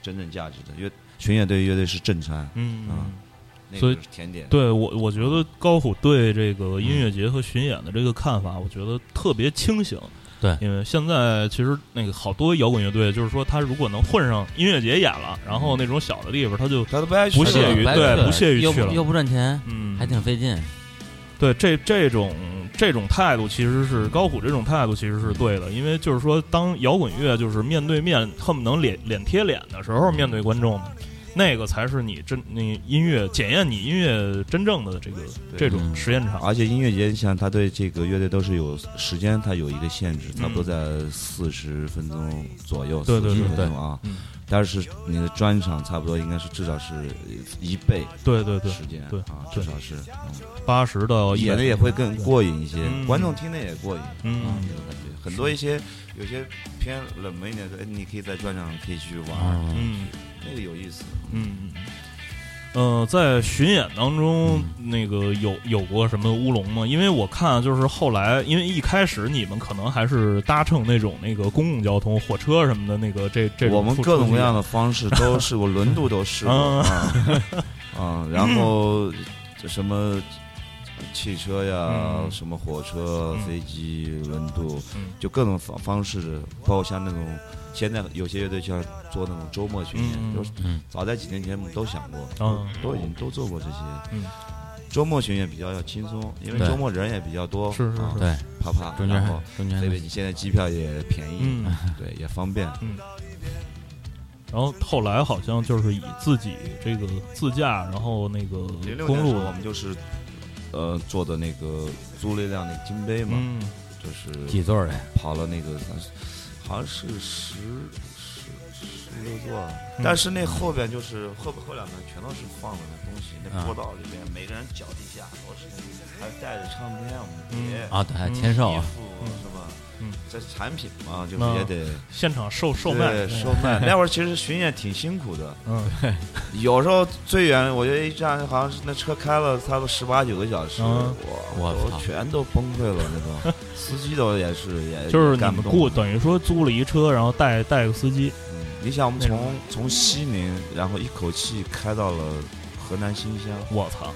[SPEAKER 4] 真正价值的。乐巡演对于乐队是正餐，
[SPEAKER 2] 嗯嗯
[SPEAKER 4] 啊。那
[SPEAKER 2] 所
[SPEAKER 4] 个
[SPEAKER 2] 以
[SPEAKER 4] 就是甜点。
[SPEAKER 2] 对我，我觉得高虎对这个音乐节和巡演的这个看法，我觉得特别清醒。
[SPEAKER 3] 对
[SPEAKER 2] 因为现在其实那个好多摇滚乐队，就是说他如果能混上音乐节演了，然后那种小的地方他就
[SPEAKER 4] 他都不爱
[SPEAKER 2] 不
[SPEAKER 4] 吃
[SPEAKER 2] 屑
[SPEAKER 4] 的
[SPEAKER 2] 于
[SPEAKER 3] 白
[SPEAKER 2] 对
[SPEAKER 3] 去
[SPEAKER 2] 不屑于
[SPEAKER 3] 又
[SPEAKER 2] 去了
[SPEAKER 3] 又不赚钱，
[SPEAKER 2] 嗯，
[SPEAKER 3] 还挺费劲。
[SPEAKER 2] 对这这种这种态度其实是高虎这种态度其实是对的，因为就是说，当摇滚乐就是面对面恨不能脸脸贴脸的时候，面对观众，那个才是你真你音乐检验你音乐真正的这个
[SPEAKER 4] 对
[SPEAKER 2] 这种实验场。
[SPEAKER 4] 而且音乐节，你想，他对这个乐队都是有时间，它有一个限制，差不多
[SPEAKER 2] 嗯
[SPEAKER 4] 在四十分钟左右，
[SPEAKER 2] 对对
[SPEAKER 4] 40
[SPEAKER 2] 对
[SPEAKER 4] 分钟啊
[SPEAKER 2] 嗯。
[SPEAKER 4] 但是你的专场差不多应该是至少是一倍
[SPEAKER 2] 对对对，
[SPEAKER 4] 时间，
[SPEAKER 2] 对
[SPEAKER 4] 啊，
[SPEAKER 2] 对
[SPEAKER 4] 至少是
[SPEAKER 2] 八十到一
[SPEAKER 4] 演的
[SPEAKER 2] 百，
[SPEAKER 4] 也会更过瘾一些
[SPEAKER 2] 嗯，
[SPEAKER 4] 观众听的也过瘾啊，
[SPEAKER 2] 嗯
[SPEAKER 4] 那种感觉。很多一些有些偏冷门一点的，哎你可以在专场可以去玩，
[SPEAKER 3] 嗯，
[SPEAKER 2] 嗯
[SPEAKER 4] 那个有意思。
[SPEAKER 2] 嗯。嗯，呃在巡演当中，
[SPEAKER 4] 嗯
[SPEAKER 2] 那个有有过什么乌龙吗？因为我看就是后来，因为一开始你们可能还是搭乘那种那个公共交通、火车什么的，那个这这种
[SPEAKER 4] 我们
[SPEAKER 2] 出
[SPEAKER 4] 各种各样
[SPEAKER 2] 出
[SPEAKER 4] 的方式都试过，轮渡都试过
[SPEAKER 2] 嗯
[SPEAKER 4] 啊啊，然后这什么汽车呀
[SPEAKER 2] 嗯，
[SPEAKER 4] 什么火车
[SPEAKER 2] 嗯、
[SPEAKER 4] 飞机、轮渡
[SPEAKER 2] 嗯，
[SPEAKER 4] 就各种方方式的，包括像那种现在有些乐队就像做那种周末巡
[SPEAKER 2] 嗯
[SPEAKER 4] 演，就是
[SPEAKER 3] 嗯
[SPEAKER 4] 早在几年前我们都想过，
[SPEAKER 2] 嗯
[SPEAKER 4] 都已经都做过这些
[SPEAKER 2] 嗯。
[SPEAKER 4] 周末巡演比较要轻松，因为
[SPEAKER 3] 对
[SPEAKER 4] 周末人也比较多，
[SPEAKER 2] 嗯是是
[SPEAKER 4] 啊
[SPEAKER 2] 是
[SPEAKER 3] 对，
[SPEAKER 4] 啪啪，
[SPEAKER 3] 中间
[SPEAKER 4] 然后
[SPEAKER 3] 还中间还
[SPEAKER 4] 对你现在机票也便宜，
[SPEAKER 2] 嗯，
[SPEAKER 4] 对，也方便。
[SPEAKER 2] 然后后来好像就是以自己这个自驾，然后那个
[SPEAKER 4] 零六
[SPEAKER 2] 公
[SPEAKER 4] 年的时
[SPEAKER 2] 路
[SPEAKER 4] 嗯候，我们就是呃做的那个租了一辆那个金杯嘛，
[SPEAKER 2] 嗯
[SPEAKER 4] 就是
[SPEAKER 3] 几座儿的，
[SPEAKER 4] 跑了那个好像是十十十六座啊，但是那后边就是后后两边全都是放的那东西，那
[SPEAKER 3] 啊
[SPEAKER 4] 坡道里面每个人脚底下都是那个，还带着唱片、我们碟、
[SPEAKER 3] 啊，对，还签售
[SPEAKER 4] 衣
[SPEAKER 3] 啊，
[SPEAKER 4] 服是吧？
[SPEAKER 2] 嗯
[SPEAKER 4] 这产品嘛，就是
[SPEAKER 2] 啊
[SPEAKER 4] 也得
[SPEAKER 2] 现场售售卖
[SPEAKER 4] 对售卖。那会儿其实巡演挺辛苦的，
[SPEAKER 2] 嗯
[SPEAKER 4] 有时候最远，我觉得一站好像是那车开了差不多十八九个小时，
[SPEAKER 2] 嗯
[SPEAKER 4] 我
[SPEAKER 3] 我
[SPEAKER 4] 都
[SPEAKER 3] 操
[SPEAKER 4] 全都崩溃了 那种，司机都也是也
[SPEAKER 2] 就是你
[SPEAKER 4] 干
[SPEAKER 2] 们
[SPEAKER 4] 不动
[SPEAKER 2] 雇等于说租了一车，然后带带个司机，
[SPEAKER 4] 嗯你想我们
[SPEAKER 2] 那种
[SPEAKER 4] 从从西宁，然后一口气开到了河南新乡，
[SPEAKER 2] 我操，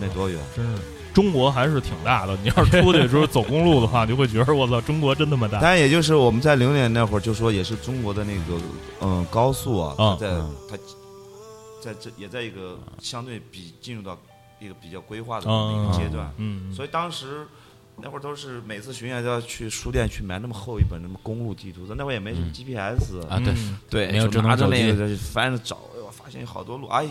[SPEAKER 4] 那多远？
[SPEAKER 2] 真是中国还是挺大的。你要是出去就是走公路的话，你就会觉得我操，中国真他妈大。
[SPEAKER 4] 但也就是我们在零点那会儿就说，也是中国的那个嗯高速啊，
[SPEAKER 2] 啊
[SPEAKER 4] 它在
[SPEAKER 3] 嗯
[SPEAKER 4] 它在这也在一个相对比进入到一个比较规划的
[SPEAKER 2] 嗯
[SPEAKER 4] 那个阶段，
[SPEAKER 2] 嗯，
[SPEAKER 4] 所以当时那会儿都是每次巡演都要去书店去买那么厚一本那么公路地图，那会儿也没什么
[SPEAKER 3] 嗯
[SPEAKER 4] GPS，、
[SPEAKER 3] 啊对
[SPEAKER 2] 嗯
[SPEAKER 4] 对，
[SPEAKER 3] 没有
[SPEAKER 4] 就
[SPEAKER 3] 智
[SPEAKER 4] 拿
[SPEAKER 3] 能
[SPEAKER 4] 着
[SPEAKER 3] 手
[SPEAKER 4] 那
[SPEAKER 3] 机
[SPEAKER 4] 个翻着找，哎呦，发现有好多路，哎，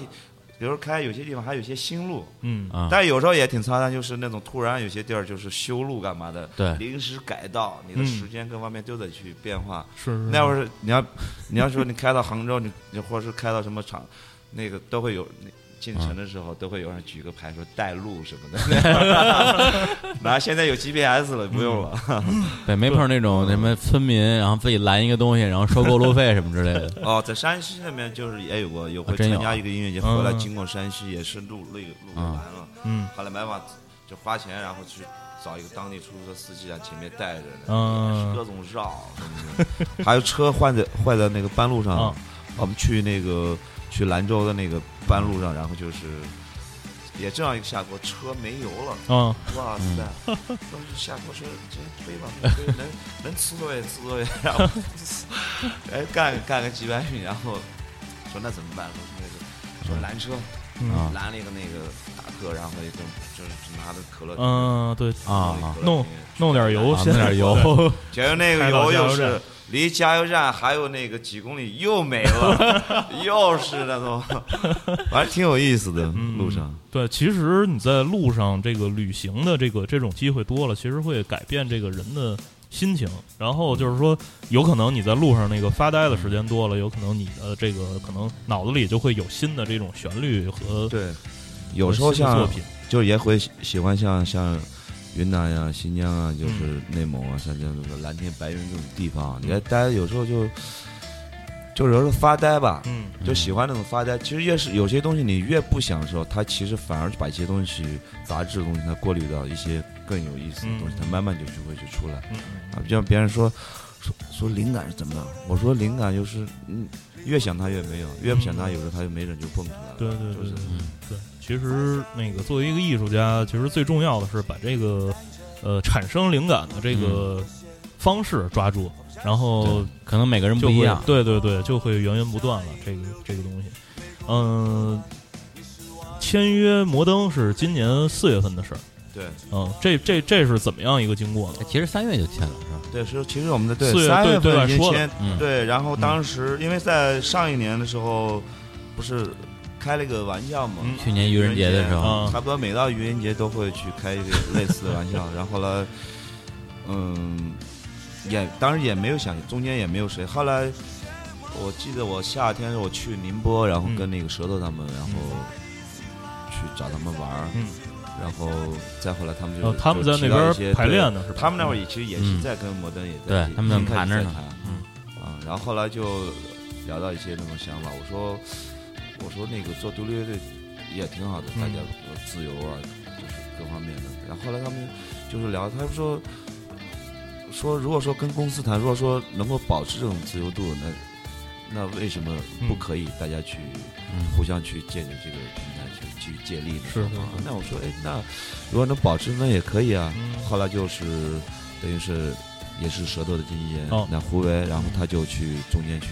[SPEAKER 4] 有时候开有些地方还有些新路，
[SPEAKER 2] 嗯
[SPEAKER 3] 啊，
[SPEAKER 4] 但有时候也挺操蛋，就是那种突然有些地儿就是修路干嘛的，
[SPEAKER 3] 对嗯
[SPEAKER 4] 临时改道，你的时间各方面都得去变化。
[SPEAKER 2] 是是
[SPEAKER 4] 那会
[SPEAKER 2] 儿
[SPEAKER 4] 儿你要你要说你开到杭州，你你或者是开到什么厂，那个都会有。那进城的时候都会有人举个牌说带路什么的， 那现在有 GPS 了，不用了。
[SPEAKER 3] 对，没碰上那种什么村民，然后自己拦一个东西，然后收过路费什么之类的。
[SPEAKER 4] 哦，在山西那边就是也有过，有
[SPEAKER 3] 嗯啊
[SPEAKER 4] 回
[SPEAKER 3] 真有
[SPEAKER 4] 参加一个音乐节
[SPEAKER 2] 嗯
[SPEAKER 4] 回来，经过山西也是路那个路完了，
[SPEAKER 2] 嗯
[SPEAKER 4] 后来没办法就花钱，然后去找一个当地出租车司机啊，前面带着呢，
[SPEAKER 2] 嗯
[SPEAKER 4] 各种绕什么的，还有车坏在坏在那个半路上
[SPEAKER 2] 啊，
[SPEAKER 4] 我们去那个去兰州的那个半路上，然后就是。也这样一个下坡，车没油了，
[SPEAKER 2] 啊
[SPEAKER 4] 哇塞！当时下坡车直接推吧，推能能呲多远呲多远，然后 哎干干个几百米，然后说那怎么办？说那个说拦车，
[SPEAKER 2] 嗯
[SPEAKER 3] 啊
[SPEAKER 4] 拦了一个那个大客，然后一个就是拿着可乐，
[SPEAKER 2] 嗯，对，
[SPEAKER 3] 啊啊
[SPEAKER 2] 弄弄点油
[SPEAKER 3] 啊
[SPEAKER 2] 先，
[SPEAKER 3] 弄点油
[SPEAKER 2] 对，
[SPEAKER 4] 结果那个
[SPEAKER 2] 开到
[SPEAKER 4] 油
[SPEAKER 2] 加油
[SPEAKER 4] 又是
[SPEAKER 2] 站
[SPEAKER 4] 离加油站还有那个几公里又 没了，又是那种，反正挺有意思的
[SPEAKER 2] 嗯
[SPEAKER 4] 路上。
[SPEAKER 2] 对，其实你在路上这个旅行的这个这种机会多了，其实会改变这个人的心情。然后就是说，有可能你在路上那个发呆的时间多了，有可能你的这个可能脑子里就会有新的这种旋律和
[SPEAKER 4] 对，有时候
[SPEAKER 2] 新的作
[SPEAKER 4] 像
[SPEAKER 2] 品，
[SPEAKER 4] 就也会喜喜欢像像云南呀、新疆啊，就是内蒙啊、山东这个蓝天白云这种地方，啊你看大家有时候就就有时候发呆吧，
[SPEAKER 2] 嗯
[SPEAKER 4] 就喜欢那种发呆。其实越是有些东西你越不享受，它其实反而把一些东西杂质的东西它过滤到一些更有意思的东西，
[SPEAKER 2] 嗯
[SPEAKER 4] 它慢慢就就会就出来
[SPEAKER 2] 嗯
[SPEAKER 4] 啊。就像别人说说说灵感是怎么样，我说灵感就是嗯，越想它越没有，越不想它有时候它就没准就蹦出来了。
[SPEAKER 2] 嗯对对
[SPEAKER 4] 就
[SPEAKER 2] 对
[SPEAKER 4] 是嗯
[SPEAKER 2] 对对，其实那个作为一个艺术家，其实最重要的是把这个呃产生灵感的这
[SPEAKER 4] 嗯
[SPEAKER 2] 个方式抓住，然后
[SPEAKER 3] 可能每个人
[SPEAKER 2] 就
[SPEAKER 3] 不一
[SPEAKER 2] 会
[SPEAKER 3] 样，
[SPEAKER 2] 对对对，就会源源不断了。这个这个东西，嗯、签约摩登是今年四月份的事儿，
[SPEAKER 4] 对
[SPEAKER 2] 嗯，这这这是怎么样一个经过呢？
[SPEAKER 3] 哎其实三月就签了，是吧？
[SPEAKER 4] 对，是其实我们的
[SPEAKER 2] 四月
[SPEAKER 4] 三
[SPEAKER 2] 对
[SPEAKER 4] 月
[SPEAKER 2] 对外
[SPEAKER 4] 份已经
[SPEAKER 2] 说了
[SPEAKER 4] 签
[SPEAKER 3] 嗯
[SPEAKER 4] 对，然后当时因为在上一年的时候，不是开了一个玩笑嘛，
[SPEAKER 2] 嗯
[SPEAKER 3] 去年愚人节的时候，
[SPEAKER 2] 啊
[SPEAKER 4] 差不多每到愚人节都会去开一个类似的玩笑，然后后来，嗯，也当时也没有想，中间也没有谁。后来我记得我夏天我去宁波，然后
[SPEAKER 2] 嗯
[SPEAKER 4] 跟那个舌头他们，然后去找他们玩儿，
[SPEAKER 2] 嗯，
[SPEAKER 4] 然后再后来他们就、
[SPEAKER 2] 呃，他们在
[SPEAKER 4] 就
[SPEAKER 2] 那
[SPEAKER 4] 提到一
[SPEAKER 2] 边
[SPEAKER 4] 些
[SPEAKER 2] 排
[SPEAKER 4] 对
[SPEAKER 2] 练呢，是吧？
[SPEAKER 4] 他们那会儿
[SPEAKER 2] 嗯
[SPEAKER 4] 也其实也
[SPEAKER 3] 嗯
[SPEAKER 4] 是在跟摩登也在
[SPEAKER 3] 对
[SPEAKER 4] 一起
[SPEAKER 3] 他们
[SPEAKER 4] 一开始
[SPEAKER 3] 盘着
[SPEAKER 4] 在
[SPEAKER 3] 呢嗯
[SPEAKER 4] 谈啊，然后后来就聊到一些那种想法，我说我说那个做独立乐队也挺好的，
[SPEAKER 2] 嗯
[SPEAKER 4] 大家有自由啊，就是各方面的。然后后来他们就是聊，他们说说如果说跟公司谈，如果说能够保持这种自由度，那那为什么不可以大家去
[SPEAKER 3] 嗯
[SPEAKER 4] 互相去借着这个平台去去借力呢？
[SPEAKER 2] 是是
[SPEAKER 4] 啊那我说，哎，那如果能保持，那也可以啊。
[SPEAKER 2] 嗯
[SPEAKER 4] 后来就是等于是也是舌头的经纪人，
[SPEAKER 2] 哦
[SPEAKER 4] 那胡维，然后他就去中间去，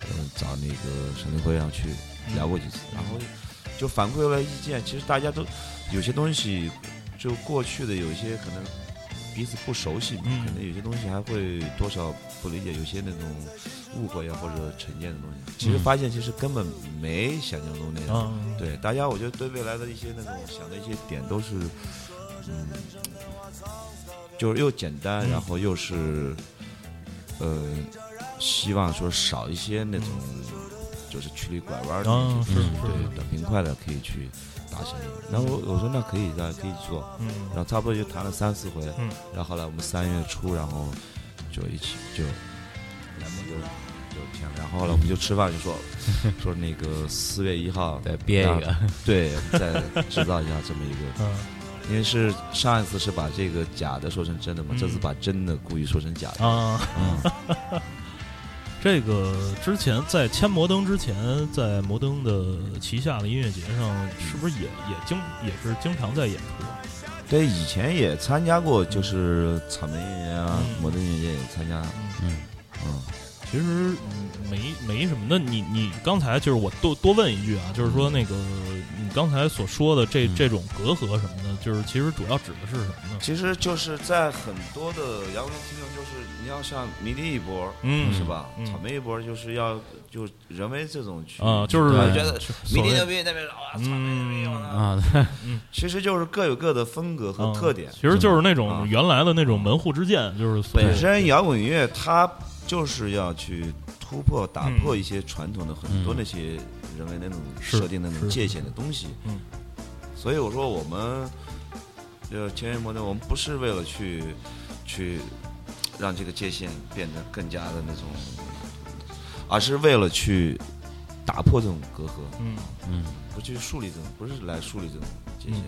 [SPEAKER 4] 呃，找那个沈立辉，然后去聊过几次，然后就反馈了意见。其实大家都有些东西，就过去的有一些可能彼此不熟悉嘛，
[SPEAKER 2] 嗯
[SPEAKER 4] 可能有些东西还会多少不理解，有些那种误会啊或者成见的东西。其实
[SPEAKER 3] 嗯
[SPEAKER 4] 发现其实根本没想象中那样。
[SPEAKER 2] 嗯，
[SPEAKER 4] 对，大家我觉得对未来的一些那种想的一些点都是，嗯，就是又简单，
[SPEAKER 2] 嗯
[SPEAKER 4] 然后又是，呃，希望说少一些那种就是曲里拐弯的
[SPEAKER 2] 啊
[SPEAKER 4] 那
[SPEAKER 2] 是
[SPEAKER 4] 些，
[SPEAKER 2] 是
[SPEAKER 3] 嗯
[SPEAKER 2] 是
[SPEAKER 4] 对，短平快的可以去达成。然后我我说那可以的，可以做，
[SPEAKER 2] 嗯
[SPEAKER 4] 然后差不多就谈了三四回，
[SPEAKER 2] 嗯
[SPEAKER 4] 然后后来我们三月初，然后就一起就来摩登就签了，然后后来我们就吃饭就说 说那个四月一号
[SPEAKER 3] 对，憋一个，
[SPEAKER 4] 对，我们再制造一下这么一个，
[SPEAKER 2] 嗯
[SPEAKER 4] 因为是上一次是把这个假的说成真的嘛，
[SPEAKER 2] 嗯
[SPEAKER 4] 这次把真的故意说成假的。
[SPEAKER 2] 啊。
[SPEAKER 4] 嗯，
[SPEAKER 2] 这个之前在签摩登之前，在摩登的旗下的音乐节
[SPEAKER 4] 嗯
[SPEAKER 2] 上，是不是也也经也是经常在演出？啊
[SPEAKER 4] 对，以前也参加过，就是草莓音乐啊
[SPEAKER 2] 嗯，
[SPEAKER 4] 摩登音乐节也参加，
[SPEAKER 3] 嗯，
[SPEAKER 4] 嗯，
[SPEAKER 2] 其实嗯没没什么。那你你刚才就是我多多问一句啊，就是说那个你刚才所说的这
[SPEAKER 3] 嗯
[SPEAKER 2] 这种隔阂什么的，就是其实主要指的是什么呢？
[SPEAKER 4] 其实就是在很多的摇滚听众，就是你要像迷笛一波，
[SPEAKER 2] 嗯
[SPEAKER 4] 是吧？
[SPEAKER 2] 嗯
[SPEAKER 4] 草莓一波就是要就人为这种去
[SPEAKER 2] 啊，就是
[SPEAKER 4] 我
[SPEAKER 3] 对
[SPEAKER 4] 觉得迷
[SPEAKER 2] 所
[SPEAKER 4] 笛
[SPEAKER 2] 谓嗯
[SPEAKER 4] 牛逼，那边啊，草莓牛逼，我操
[SPEAKER 3] 啊，
[SPEAKER 4] 其实就是各有各的风格和
[SPEAKER 2] 嗯
[SPEAKER 4] 特点。
[SPEAKER 2] 其实就是那
[SPEAKER 4] 啊
[SPEAKER 2] 种原来的那种门户之见，就是所谓
[SPEAKER 4] 本身摇滚音乐它就是要去突破、打破一些传统的很多那些人为那种
[SPEAKER 2] 是
[SPEAKER 4] 设定的那种
[SPEAKER 2] 是
[SPEAKER 4] 界限的东西。
[SPEAKER 2] 嗯，
[SPEAKER 4] 所以我说我们呃签约摩登，我们不是为了去去让这个界限变得更加的那种，而是为了去打破这种隔阂，
[SPEAKER 2] 嗯。
[SPEAKER 3] 嗯，
[SPEAKER 4] 不去树立这种，不是来树立这种界限。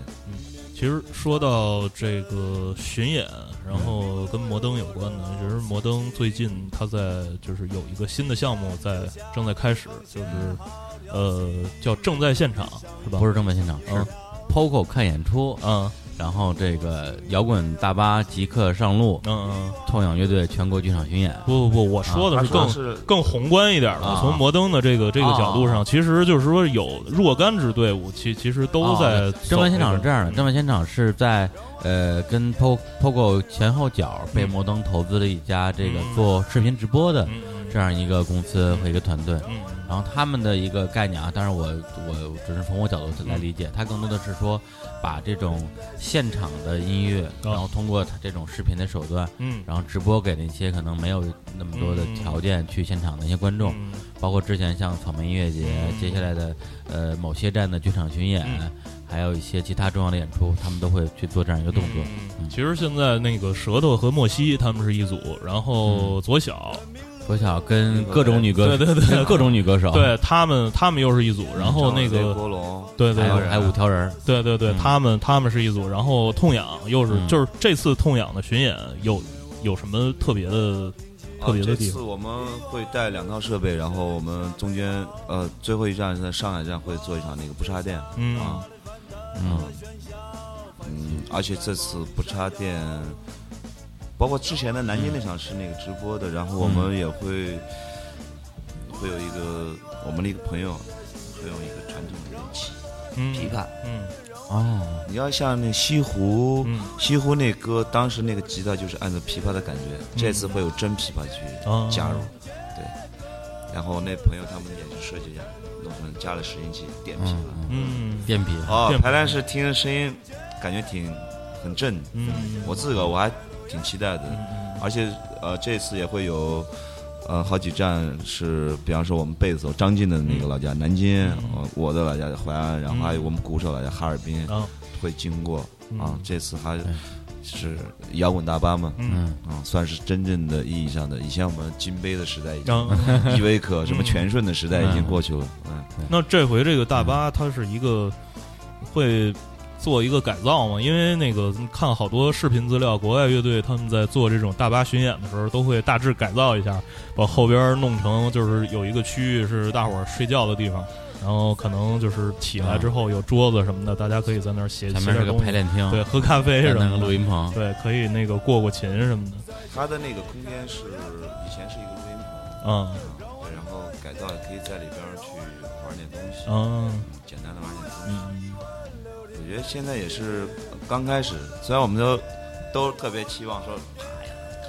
[SPEAKER 2] 其实说到这个巡演，然后跟摩登有关的，其实摩登最近他在就是有一个新的项目在正在开始，就是呃叫正在现场是吧？
[SPEAKER 3] 不是正版现场，
[SPEAKER 2] 嗯
[SPEAKER 3] 是 POCO 看演出，
[SPEAKER 2] 嗯，
[SPEAKER 3] 然后这个摇滚大巴即刻上路
[SPEAKER 2] 嗯，嗯嗯，
[SPEAKER 3] 痛仰乐队全国剧场巡演，
[SPEAKER 2] 不不不，我啊说的
[SPEAKER 4] 他
[SPEAKER 2] 是更、
[SPEAKER 4] 说是
[SPEAKER 2] 更宏观一点的，
[SPEAKER 3] 啊
[SPEAKER 2] 从摩登的这个这个角度上，其实就是说有若干支队伍，其其实都在
[SPEAKER 3] 哦正版现场是这样的，
[SPEAKER 2] 嗯
[SPEAKER 3] 正版现场是在呃跟 Po- POCO 前后脚被摩登投资了一家这个
[SPEAKER 2] 嗯
[SPEAKER 3] 做视频直播的
[SPEAKER 2] 嗯嗯
[SPEAKER 3] 这样一个公司和一个团队，
[SPEAKER 2] 嗯嗯
[SPEAKER 3] 然后他们的一个概念啊，当然我我只是从我角度来理
[SPEAKER 2] 嗯
[SPEAKER 3] 解，它更多的是说把这种现场的音乐，
[SPEAKER 2] 哦
[SPEAKER 3] 然后通过它这种视频的手段，
[SPEAKER 2] 嗯，
[SPEAKER 3] 然后直播给那些可能没有那么多的条件去现场的一些观众，
[SPEAKER 2] 嗯嗯
[SPEAKER 3] 包括之前像草莓音乐节，接下来的呃某些站的剧场巡演，还有一些其他重要的演出，他们都会去做这样一个动作。
[SPEAKER 2] 嗯，其实现在那个舌头和莫西他们是一组，然
[SPEAKER 3] 嗯
[SPEAKER 2] 后左小，
[SPEAKER 3] 左小跟各种女歌手，
[SPEAKER 2] 对对对，
[SPEAKER 3] 各种女歌手，
[SPEAKER 2] 对他们他们又是一组，然后哦那
[SPEAKER 4] 张伟
[SPEAKER 2] 个
[SPEAKER 4] 国龙，
[SPEAKER 2] 对对
[SPEAKER 3] 嗯还有
[SPEAKER 2] 对
[SPEAKER 3] 还有五条人儿，
[SPEAKER 2] 对对对，
[SPEAKER 3] 嗯
[SPEAKER 2] 他们他们是一组，然后痛痒又是、
[SPEAKER 3] 嗯
[SPEAKER 2] 就是这次痛痒的巡演有有什么特别的？特别的
[SPEAKER 4] 啊
[SPEAKER 2] 地
[SPEAKER 4] 这
[SPEAKER 2] 方
[SPEAKER 4] 次我们会带两套设备，然后我们中间呃最后一站是在上海站会做一场那个不插电
[SPEAKER 2] 嗯
[SPEAKER 4] 啊，
[SPEAKER 3] 嗯，
[SPEAKER 4] 嗯，而且这次不插电，包括之前的南京那场是那个直播的，然后我们也会、会有一个我们的一个朋友会用一个传统的乐器
[SPEAKER 2] 嗯
[SPEAKER 4] 琵琶，
[SPEAKER 2] 嗯
[SPEAKER 3] 哦，
[SPEAKER 4] 你要像那西湖。
[SPEAKER 2] 嗯
[SPEAKER 4] 西湖那歌，当时那个吉他就是按照琵琶的感觉，
[SPEAKER 2] 嗯
[SPEAKER 4] 这次会有真琵琶去
[SPEAKER 2] 啊
[SPEAKER 4] 加入，对。然后那朋友他们也是设计一下，弄成加了拾音器电琵琶。
[SPEAKER 3] 嗯，
[SPEAKER 2] 嗯
[SPEAKER 3] 电笔，
[SPEAKER 4] 哦
[SPEAKER 2] 电琵琶，
[SPEAKER 4] 排练室听着声音，感觉挺很正。
[SPEAKER 2] 嗯，
[SPEAKER 4] 我自个儿我还挺期待的，而且呃这次也会有。呃，好几站是，比方说我们贝斯手张晋的
[SPEAKER 2] 嗯
[SPEAKER 4] 那个老家南京，呃我的老家淮安，然后还有我们鼓手老家哈尔滨，
[SPEAKER 2] 然后
[SPEAKER 4] 会经过啊
[SPEAKER 2] 嗯。
[SPEAKER 4] 这次还是摇滚大巴嘛，
[SPEAKER 2] 嗯
[SPEAKER 3] 嗯
[SPEAKER 4] 啊，算是真正的意义上的。以前我们金杯的时代已经，
[SPEAKER 2] 然 后
[SPEAKER 4] 依维柯
[SPEAKER 2] 嗯
[SPEAKER 4] 什么全顺的时代已经过去了。嗯，
[SPEAKER 2] 那这回这个大巴它是一个会做一个改造嘛？因为那个嗯看好多视频资料，国外乐队他们在做这种大巴巡演的时候，都会大致改造一下，把后边弄成就是有一个区域是大伙儿睡觉的地方，然后可能就是起来之后有桌子什么的，大家可以在那儿写
[SPEAKER 3] 嗯前
[SPEAKER 2] 写
[SPEAKER 3] 面是
[SPEAKER 2] 点
[SPEAKER 3] 个
[SPEAKER 2] 东
[SPEAKER 3] 排
[SPEAKER 2] 西，
[SPEAKER 3] 练厅，
[SPEAKER 2] 对，喝咖啡
[SPEAKER 3] 再
[SPEAKER 2] 什
[SPEAKER 3] 弄个
[SPEAKER 2] 么
[SPEAKER 3] 录
[SPEAKER 2] 的。
[SPEAKER 3] 音棚，
[SPEAKER 2] 对，可以那个过过琴什么的，
[SPEAKER 4] 它的那个空间是以前是一个录音棚，
[SPEAKER 2] 嗯
[SPEAKER 4] 对然后改造也可以在里边儿去玩点东西，
[SPEAKER 2] 嗯
[SPEAKER 4] 简单的玩点东西。
[SPEAKER 2] 嗯
[SPEAKER 4] 我觉得现在也是刚开始，虽然我们都都特别期望说，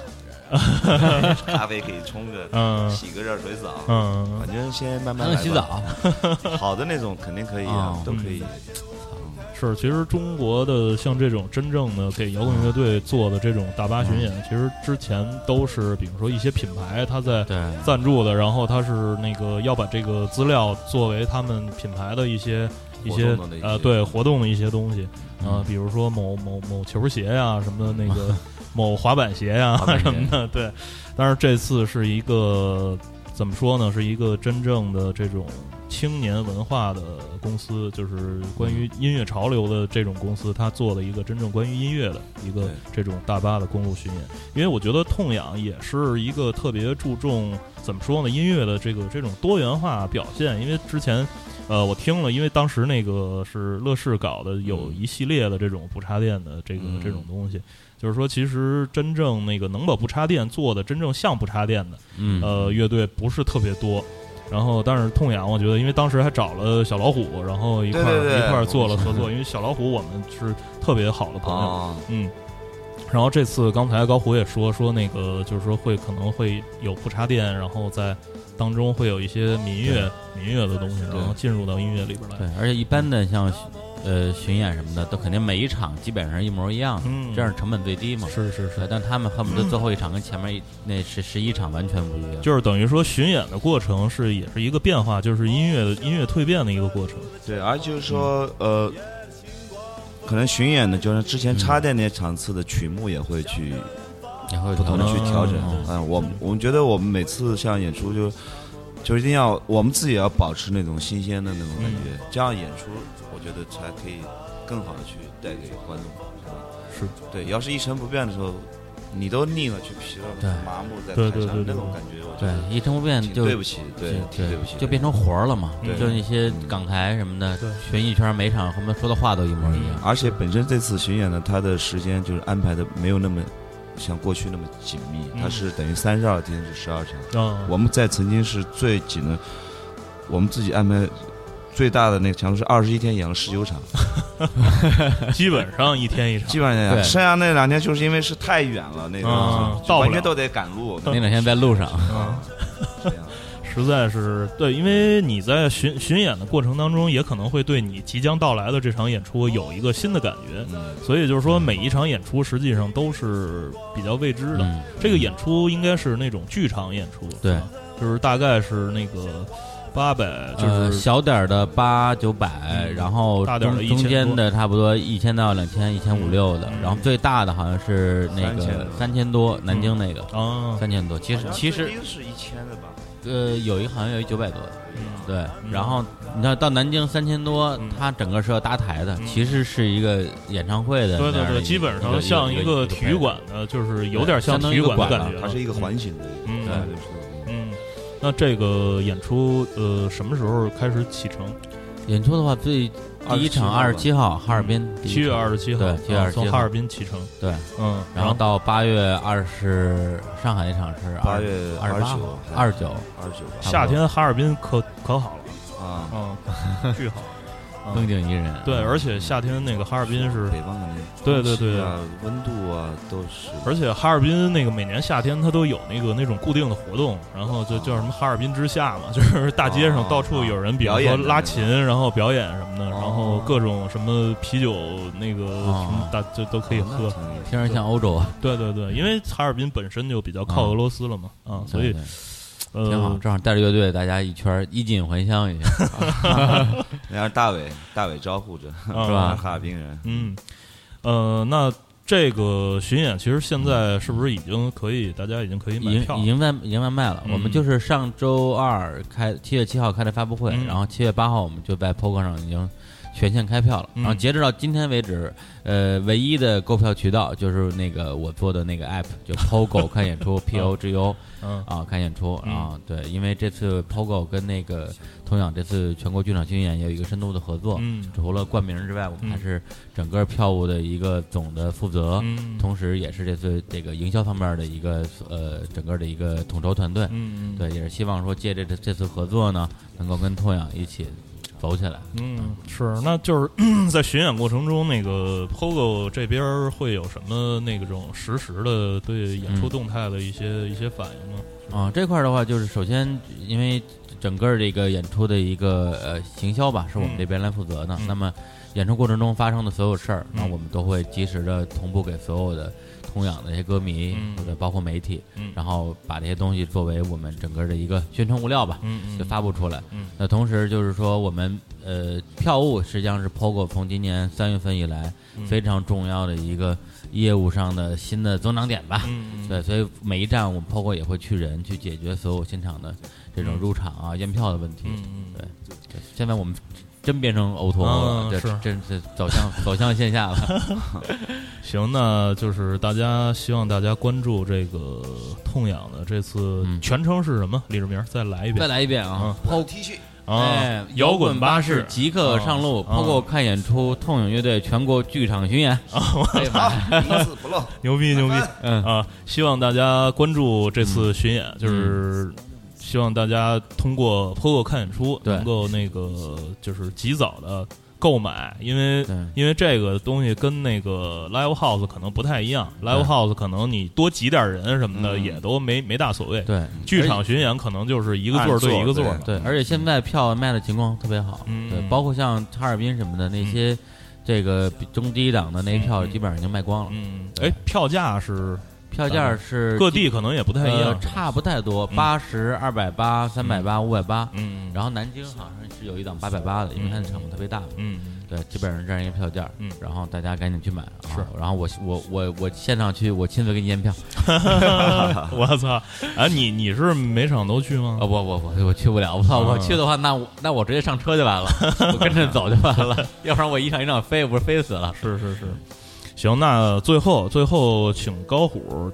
[SPEAKER 4] 啪呀，咖啡可以冲个，
[SPEAKER 2] 嗯
[SPEAKER 4] 洗个热水澡，
[SPEAKER 2] 嗯
[SPEAKER 4] 反正先慢
[SPEAKER 3] 还
[SPEAKER 4] 慢
[SPEAKER 3] 能
[SPEAKER 4] 来
[SPEAKER 3] 洗
[SPEAKER 4] 吧。
[SPEAKER 3] 澡，
[SPEAKER 4] 好的那种肯定可以啊
[SPEAKER 3] 哦，
[SPEAKER 4] 都可以。
[SPEAKER 2] 是，其实中国的像这种真正的给摇滚乐队做的这种大巴巡
[SPEAKER 4] 嗯
[SPEAKER 2] 演，其实之前都是，比如说一些品牌他在
[SPEAKER 3] 对，
[SPEAKER 2] 赞助的，然后他是那个要把这个资料作为他们品牌的一些一些
[SPEAKER 4] 活动的一些
[SPEAKER 2] 呃对活动的一些东西
[SPEAKER 3] 哦
[SPEAKER 2] 啊、比如说某某某球鞋呀、什么的那 个某滑板鞋呀、
[SPEAKER 3] 滑板鞋
[SPEAKER 2] 什么的，对。但是这次是一个怎么说呢？是一个真正的这种青年文化的公司，就是关于音乐潮流的这种公司，它做了一个真正关于音乐的一个
[SPEAKER 4] 对
[SPEAKER 2] 这种大巴的公路巡演。因为我觉得痛痒也是一个特别注重怎么说呢，音乐的这个这种多元化表现。因为之前，呃，我听了，因为当时那个是乐视搞的，有一系列的这种不插电的这个、
[SPEAKER 4] 嗯
[SPEAKER 2] 这种东西，就是说，其实真正那个能把不插电做的真正像不插电的，
[SPEAKER 3] 嗯，
[SPEAKER 2] 呃，乐队不是特别多。然后，但是痛痒，我觉得，因为当时还找了小老虎，然后一块儿
[SPEAKER 4] 对嗯对对
[SPEAKER 2] 一块儿做了合作，因为小老虎我们是特别好的朋友，
[SPEAKER 4] 哦，
[SPEAKER 2] 嗯，然后这次刚才高虎也说说那个，就是说会可能会有不插电，然后在当中会有一些民乐民乐的东西，然后进入到音乐里边来。
[SPEAKER 3] 对，而且一般的像呃巡演什么的，都肯定每一场基本上一模一样，
[SPEAKER 2] 嗯
[SPEAKER 3] 这样成本最低嘛。
[SPEAKER 2] 是是是，
[SPEAKER 3] 对，但他们恨不得最后一场跟前面一那十十一场完全不一样。
[SPEAKER 2] 就是等于说巡演的过程是也是一个变化，就是音乐的音乐蜕变的一个过程。
[SPEAKER 4] 对，而就是说，呃，可能巡演的，就是之前插电那些场次的曲目也会去
[SPEAKER 3] 然后
[SPEAKER 4] 不同的去调整。
[SPEAKER 3] 嗯
[SPEAKER 4] 嗯，我们我们觉得我们每次像演出就就一定要我们自己也要保持那种新鲜的那种感觉，
[SPEAKER 3] 嗯
[SPEAKER 4] 这样演出我觉得才可以更好的去带给观众。
[SPEAKER 2] 是
[SPEAKER 4] 对，要是一成不变的时候，你都腻了，去疲
[SPEAKER 3] 对
[SPEAKER 4] 了，麻木在
[SPEAKER 2] 对
[SPEAKER 4] 台
[SPEAKER 2] 对
[SPEAKER 4] 上
[SPEAKER 2] 对对
[SPEAKER 4] 那种感觉，我觉
[SPEAKER 3] 对
[SPEAKER 4] 得，
[SPEAKER 3] 一成不变
[SPEAKER 4] 挺
[SPEAKER 3] 就
[SPEAKER 4] 对不起，对，挺对不起的，
[SPEAKER 3] 就变成活儿了嘛。
[SPEAKER 4] 对
[SPEAKER 3] 就那些港台什么的
[SPEAKER 2] 对，
[SPEAKER 3] 巡一圈，每场恨不得说的话都一模一样。
[SPEAKER 4] 而且本身这次巡演呢，它的时间就是安排的没有那么像过去那么紧密，
[SPEAKER 2] 嗯
[SPEAKER 4] 它是等于三十二天是十二场。
[SPEAKER 2] 啊，
[SPEAKER 4] 我们在曾经是最紧的，我们自己安排最大的那个强度是二十一天演了十九场，
[SPEAKER 2] 啊基本上一天一场
[SPEAKER 4] 基。本上
[SPEAKER 3] 对
[SPEAKER 4] 演。剩下那两天就是因为是太远了，那个
[SPEAKER 2] 啊
[SPEAKER 4] 就是
[SPEAKER 2] 到不了
[SPEAKER 4] 完全都得赶路。
[SPEAKER 3] 那两天在路上，
[SPEAKER 2] 啊，
[SPEAKER 4] 这样
[SPEAKER 2] 实在是对，因为你在巡巡演的过程当中，也可能会对你即将到来的这场演出有一个新的感觉。
[SPEAKER 4] 嗯，
[SPEAKER 2] 所以就是说，每一场演出实际上都是比较未知的。
[SPEAKER 3] 嗯
[SPEAKER 2] 这个演出应该是那种剧场演出，
[SPEAKER 3] 对
[SPEAKER 2] 是吧，就是大概是那个八百就
[SPEAKER 3] 呃，
[SPEAKER 2] 是
[SPEAKER 3] 小点儿的八九百，
[SPEAKER 2] 嗯
[SPEAKER 3] 然后
[SPEAKER 2] 大点儿
[SPEAKER 3] 中
[SPEAKER 2] 的
[SPEAKER 3] 中
[SPEAKER 2] 1000
[SPEAKER 3] 间
[SPEAKER 2] 多
[SPEAKER 3] 的差不多一千到两千、一千五六的，
[SPEAKER 2] 嗯
[SPEAKER 3] 然后最大的好像是那个
[SPEAKER 4] 3000
[SPEAKER 3] 三千多，南京那个
[SPEAKER 2] 啊，
[SPEAKER 3] 三千多。其实其实
[SPEAKER 4] 是一千的吧，
[SPEAKER 3] 呃，有一好像有一九百多的，对。
[SPEAKER 2] 嗯
[SPEAKER 3] 然后你知道到南京三千多
[SPEAKER 2] 嗯，
[SPEAKER 3] 它整个是要搭台的，
[SPEAKER 2] 嗯
[SPEAKER 3] 其实是一个演唱会的那
[SPEAKER 2] 对
[SPEAKER 3] 样
[SPEAKER 2] 对
[SPEAKER 3] 的一个，
[SPEAKER 2] 对，基本上像一个体育馆的，就是有点像体育馆的感觉。
[SPEAKER 4] 它是一个环形的，
[SPEAKER 2] 嗯
[SPEAKER 4] 对
[SPEAKER 3] 嗯
[SPEAKER 4] 就是那个
[SPEAKER 2] 嗯，那这个演出呃什么时候开始启程？
[SPEAKER 3] 演出的话，最第一场二十七号哈尔滨，第
[SPEAKER 2] 嗯
[SPEAKER 3] 一
[SPEAKER 2] 七月
[SPEAKER 3] 场
[SPEAKER 2] 二十七号
[SPEAKER 3] 对，7月
[SPEAKER 2] 啊
[SPEAKER 3] 27
[SPEAKER 2] 从
[SPEAKER 3] 号
[SPEAKER 2] 哈尔滨启程。
[SPEAKER 3] 对，
[SPEAKER 2] 嗯，
[SPEAKER 3] 然后到八月二十，上海那场是
[SPEAKER 4] 八月
[SPEAKER 3] 二十
[SPEAKER 4] 十
[SPEAKER 3] 八
[SPEAKER 4] 九
[SPEAKER 3] 号，、二十九，
[SPEAKER 4] 二十九吧
[SPEAKER 2] 夏天哈尔滨可可好了，
[SPEAKER 4] 啊，
[SPEAKER 2] 嗯， 巨好。嗯
[SPEAKER 3] 风景宜人。
[SPEAKER 2] 对，而且夏天那个哈尔滨是，
[SPEAKER 4] 北方的那个
[SPEAKER 2] 对对
[SPEAKER 4] 空气
[SPEAKER 2] 对，
[SPEAKER 4] 啊，温度啊都是，
[SPEAKER 2] 而且哈尔滨那个每年夏天它都有那个那种固定的活动，然后
[SPEAKER 3] 哦
[SPEAKER 2] 就叫什么哈尔滨之夏嘛，就是大街上到处有人，比方
[SPEAKER 4] 表演
[SPEAKER 2] 说
[SPEAKER 4] 的那种
[SPEAKER 2] 拉琴，然后表演什么的，然后
[SPEAKER 4] 哦
[SPEAKER 2] 各种什么啤酒那个
[SPEAKER 3] 哦
[SPEAKER 2] 什么大就都可以喝
[SPEAKER 4] 哦。那挺有意思
[SPEAKER 3] 听着像欧洲，啊
[SPEAKER 2] 对对对，因为哈尔滨本身就比较靠俄罗斯了嘛，啊，所以
[SPEAKER 3] 嗯对
[SPEAKER 2] 呃
[SPEAKER 3] 对挺好，正好带着乐队，大家一圈儿衣锦还乡一下，
[SPEAKER 4] 人家大伟，大伟招呼着，
[SPEAKER 2] 啊
[SPEAKER 3] 是吧
[SPEAKER 4] 哈尔滨人，
[SPEAKER 2] 嗯，呃，那这个巡演其实现在是不是已经可以，大家已经可以
[SPEAKER 3] 已
[SPEAKER 2] 买
[SPEAKER 3] 经
[SPEAKER 2] 票
[SPEAKER 3] 已？经在已经在卖了。
[SPEAKER 2] 嗯
[SPEAKER 3] 我们就是上周二开七月七号开的发布会，
[SPEAKER 2] 嗯
[SPEAKER 3] 然后七月八号我们就在 POCO 上已经全线开票了。
[SPEAKER 2] 嗯
[SPEAKER 3] 然后截止到今天为止，呃，唯一的购票渠道就是那个我做的那个 app，就 POCO 看演 出 P O G O
[SPEAKER 2] 嗯
[SPEAKER 3] 啊看演出。
[SPEAKER 2] 嗯
[SPEAKER 3] 然后对，因为这次 POCO 跟那个同样这次全国剧场巡演也有一个深度的合作，
[SPEAKER 2] 嗯
[SPEAKER 3] 除了冠名之外，我们
[SPEAKER 2] 嗯
[SPEAKER 3] 还是整个票务的一个总的负责，
[SPEAKER 2] 嗯
[SPEAKER 3] 同时也是这次这个营销方面的一个呃整个的一个统筹团队。
[SPEAKER 2] 嗯，
[SPEAKER 3] 对，也是希望说借这这这次合作呢，能够跟痛痒一起走起来。
[SPEAKER 2] 嗯，是，那就是 在巡演过程中，那个 POGO 这边儿会有什么那种实时的对演出动态的一些、
[SPEAKER 3] 嗯
[SPEAKER 2] 一些反应吗？
[SPEAKER 3] 啊，这块儿的话，就是首先因为整个这个演出的一个呃行销吧，是我们
[SPEAKER 2] 嗯
[SPEAKER 3] 这边来负责的。
[SPEAKER 2] 嗯
[SPEAKER 3] 那么演出过程中发生的所有事儿，那、
[SPEAKER 2] 嗯
[SPEAKER 3] 我们都会及时的同步给所有的同养的一些歌迷、
[SPEAKER 2] 嗯
[SPEAKER 3] 或者包括媒体，
[SPEAKER 2] 嗯
[SPEAKER 3] 然后把这些东西作为我们整个的一个宣传物料吧，
[SPEAKER 2] 嗯嗯，
[SPEAKER 3] 就发布出来。
[SPEAKER 2] 嗯
[SPEAKER 3] 那同时就是说，我们呃票务实际上是 POGO 从今年三月份以来
[SPEAKER 2] 嗯
[SPEAKER 3] 非常重要的一个业务上的新的增长点吧。
[SPEAKER 2] 嗯嗯
[SPEAKER 3] 对，所以每一站我们 POGO 也会去人去解决所有现场的这种
[SPEAKER 2] 嗯
[SPEAKER 3] 入场啊、验票的问题。
[SPEAKER 2] 嗯嗯
[SPEAKER 3] 对，对现在我们真变成 O to O
[SPEAKER 2] 啊
[SPEAKER 3] 了，这
[SPEAKER 2] 是
[SPEAKER 3] 真是走向走向线下了。
[SPEAKER 2] 嗯行，那就是大家希望大家关注这个痛痒的这次、
[SPEAKER 3] 嗯
[SPEAKER 2] 全称是什么？李志明，再来一
[SPEAKER 3] 再
[SPEAKER 2] 遍
[SPEAKER 3] 来一遍啊，POGO
[SPEAKER 2] 嗯啊！
[SPEAKER 3] 哎摇
[SPEAKER 2] 滚
[SPEAKER 3] 巴
[SPEAKER 2] 士
[SPEAKER 3] 即刻上路
[SPEAKER 2] 啊
[SPEAKER 3] ，POGO 看演出，痛影乐队全国剧场巡演。哎呀 妈呀
[SPEAKER 4] 一字不漏。
[SPEAKER 2] 牛逼牛逼，
[SPEAKER 3] 嗯
[SPEAKER 2] 啊！希望大家关注这次巡演，就是希望大家通过 POGO 看演出，
[SPEAKER 3] 对
[SPEAKER 2] 能够那个就是及早的购买，因为
[SPEAKER 3] 对
[SPEAKER 2] 因为这个东西跟那个 Live House 可能不太一样，Live House 可能你多挤点人什么的
[SPEAKER 4] 嗯
[SPEAKER 2] 也都没没大所谓，
[SPEAKER 3] 对，
[SPEAKER 2] 剧场巡演可能就是一个座儿对一个座儿
[SPEAKER 4] 按
[SPEAKER 2] 嘛，
[SPEAKER 3] 对，而且现在票卖的情况特别好，
[SPEAKER 2] 嗯
[SPEAKER 3] 对，包括像哈尔滨什么的那些，这个比中低档的那票基本上已经卖光了，
[SPEAKER 2] 嗯，哎，票价是
[SPEAKER 3] 票价是
[SPEAKER 2] 各地可能也不太一
[SPEAKER 3] 呃
[SPEAKER 2] 样，
[SPEAKER 3] 差不太多，
[SPEAKER 2] 嗯
[SPEAKER 3] 八十、二百八、三百八、五百八，
[SPEAKER 2] 嗯，
[SPEAKER 3] 然后南京好像是有一档八百八的，因为它的场地特别大嘛。
[SPEAKER 2] 嗯
[SPEAKER 3] 对，基本上是这样一个票价，
[SPEAKER 2] 嗯
[SPEAKER 3] 然后大家赶紧去买啊。
[SPEAKER 2] 是
[SPEAKER 3] 然后我我我我现场去，我亲自给你验票。
[SPEAKER 2] 我操，哎，你你是每场都去吗
[SPEAKER 3] 啊、？我我我我去不了，我操！我去的话，那我那我直接上车就完了， 我跟着走就完了，要不然我一场一场飞，我不是飞死了。
[SPEAKER 2] 是是是，行，那最后最后请高虎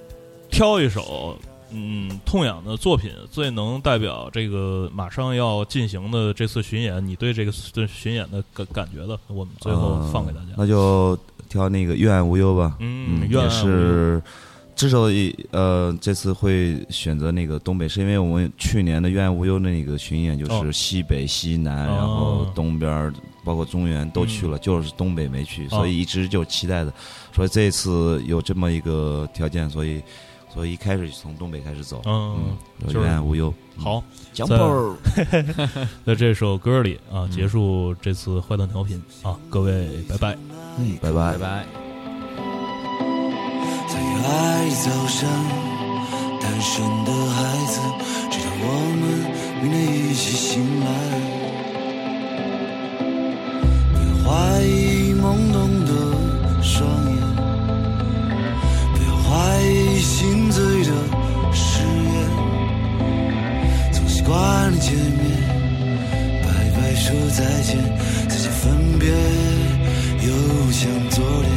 [SPEAKER 2] 挑一首，嗯，痛痒的作品最能代表这个马上要进行的这次巡演，你对这个这巡演的感感觉的，我们 最后放给大
[SPEAKER 4] 呃
[SPEAKER 2] 家。
[SPEAKER 4] 那就挑那个《愿爱无忧》吧。
[SPEAKER 2] 嗯愿爱
[SPEAKER 4] 也
[SPEAKER 2] 无忧
[SPEAKER 4] 是。之所以呃这次会选择那个东北，是因为我们去年的《愿爱无忧》的那个巡演就
[SPEAKER 2] 哦
[SPEAKER 4] 是西北、西南，然后
[SPEAKER 2] 哦嗯
[SPEAKER 4] 东边儿包括中原都去了，就是东北没
[SPEAKER 2] 哦
[SPEAKER 4] 去，所以一直就期待的。所以这次有这么一个条件，所以所以一开始就从东北开始走，
[SPEAKER 2] 嗯，
[SPEAKER 4] 有
[SPEAKER 2] 就是
[SPEAKER 4] 愿爱无忧。
[SPEAKER 2] 好，
[SPEAKER 4] 江
[SPEAKER 2] 在
[SPEAKER 4] 波
[SPEAKER 2] 在这首歌里啊，结束这次坏蛋调频啊，各位拜拜。
[SPEAKER 4] 嗯，拜拜
[SPEAKER 3] 拜。拜。
[SPEAKER 1] 在爱走上的单身的孩子，直到我们明天一起醒来。别怀疑懵懂的双眼，别怀疑心醉的誓言，总习惯了见面，拜拜说再见，再见分别，又像昨天。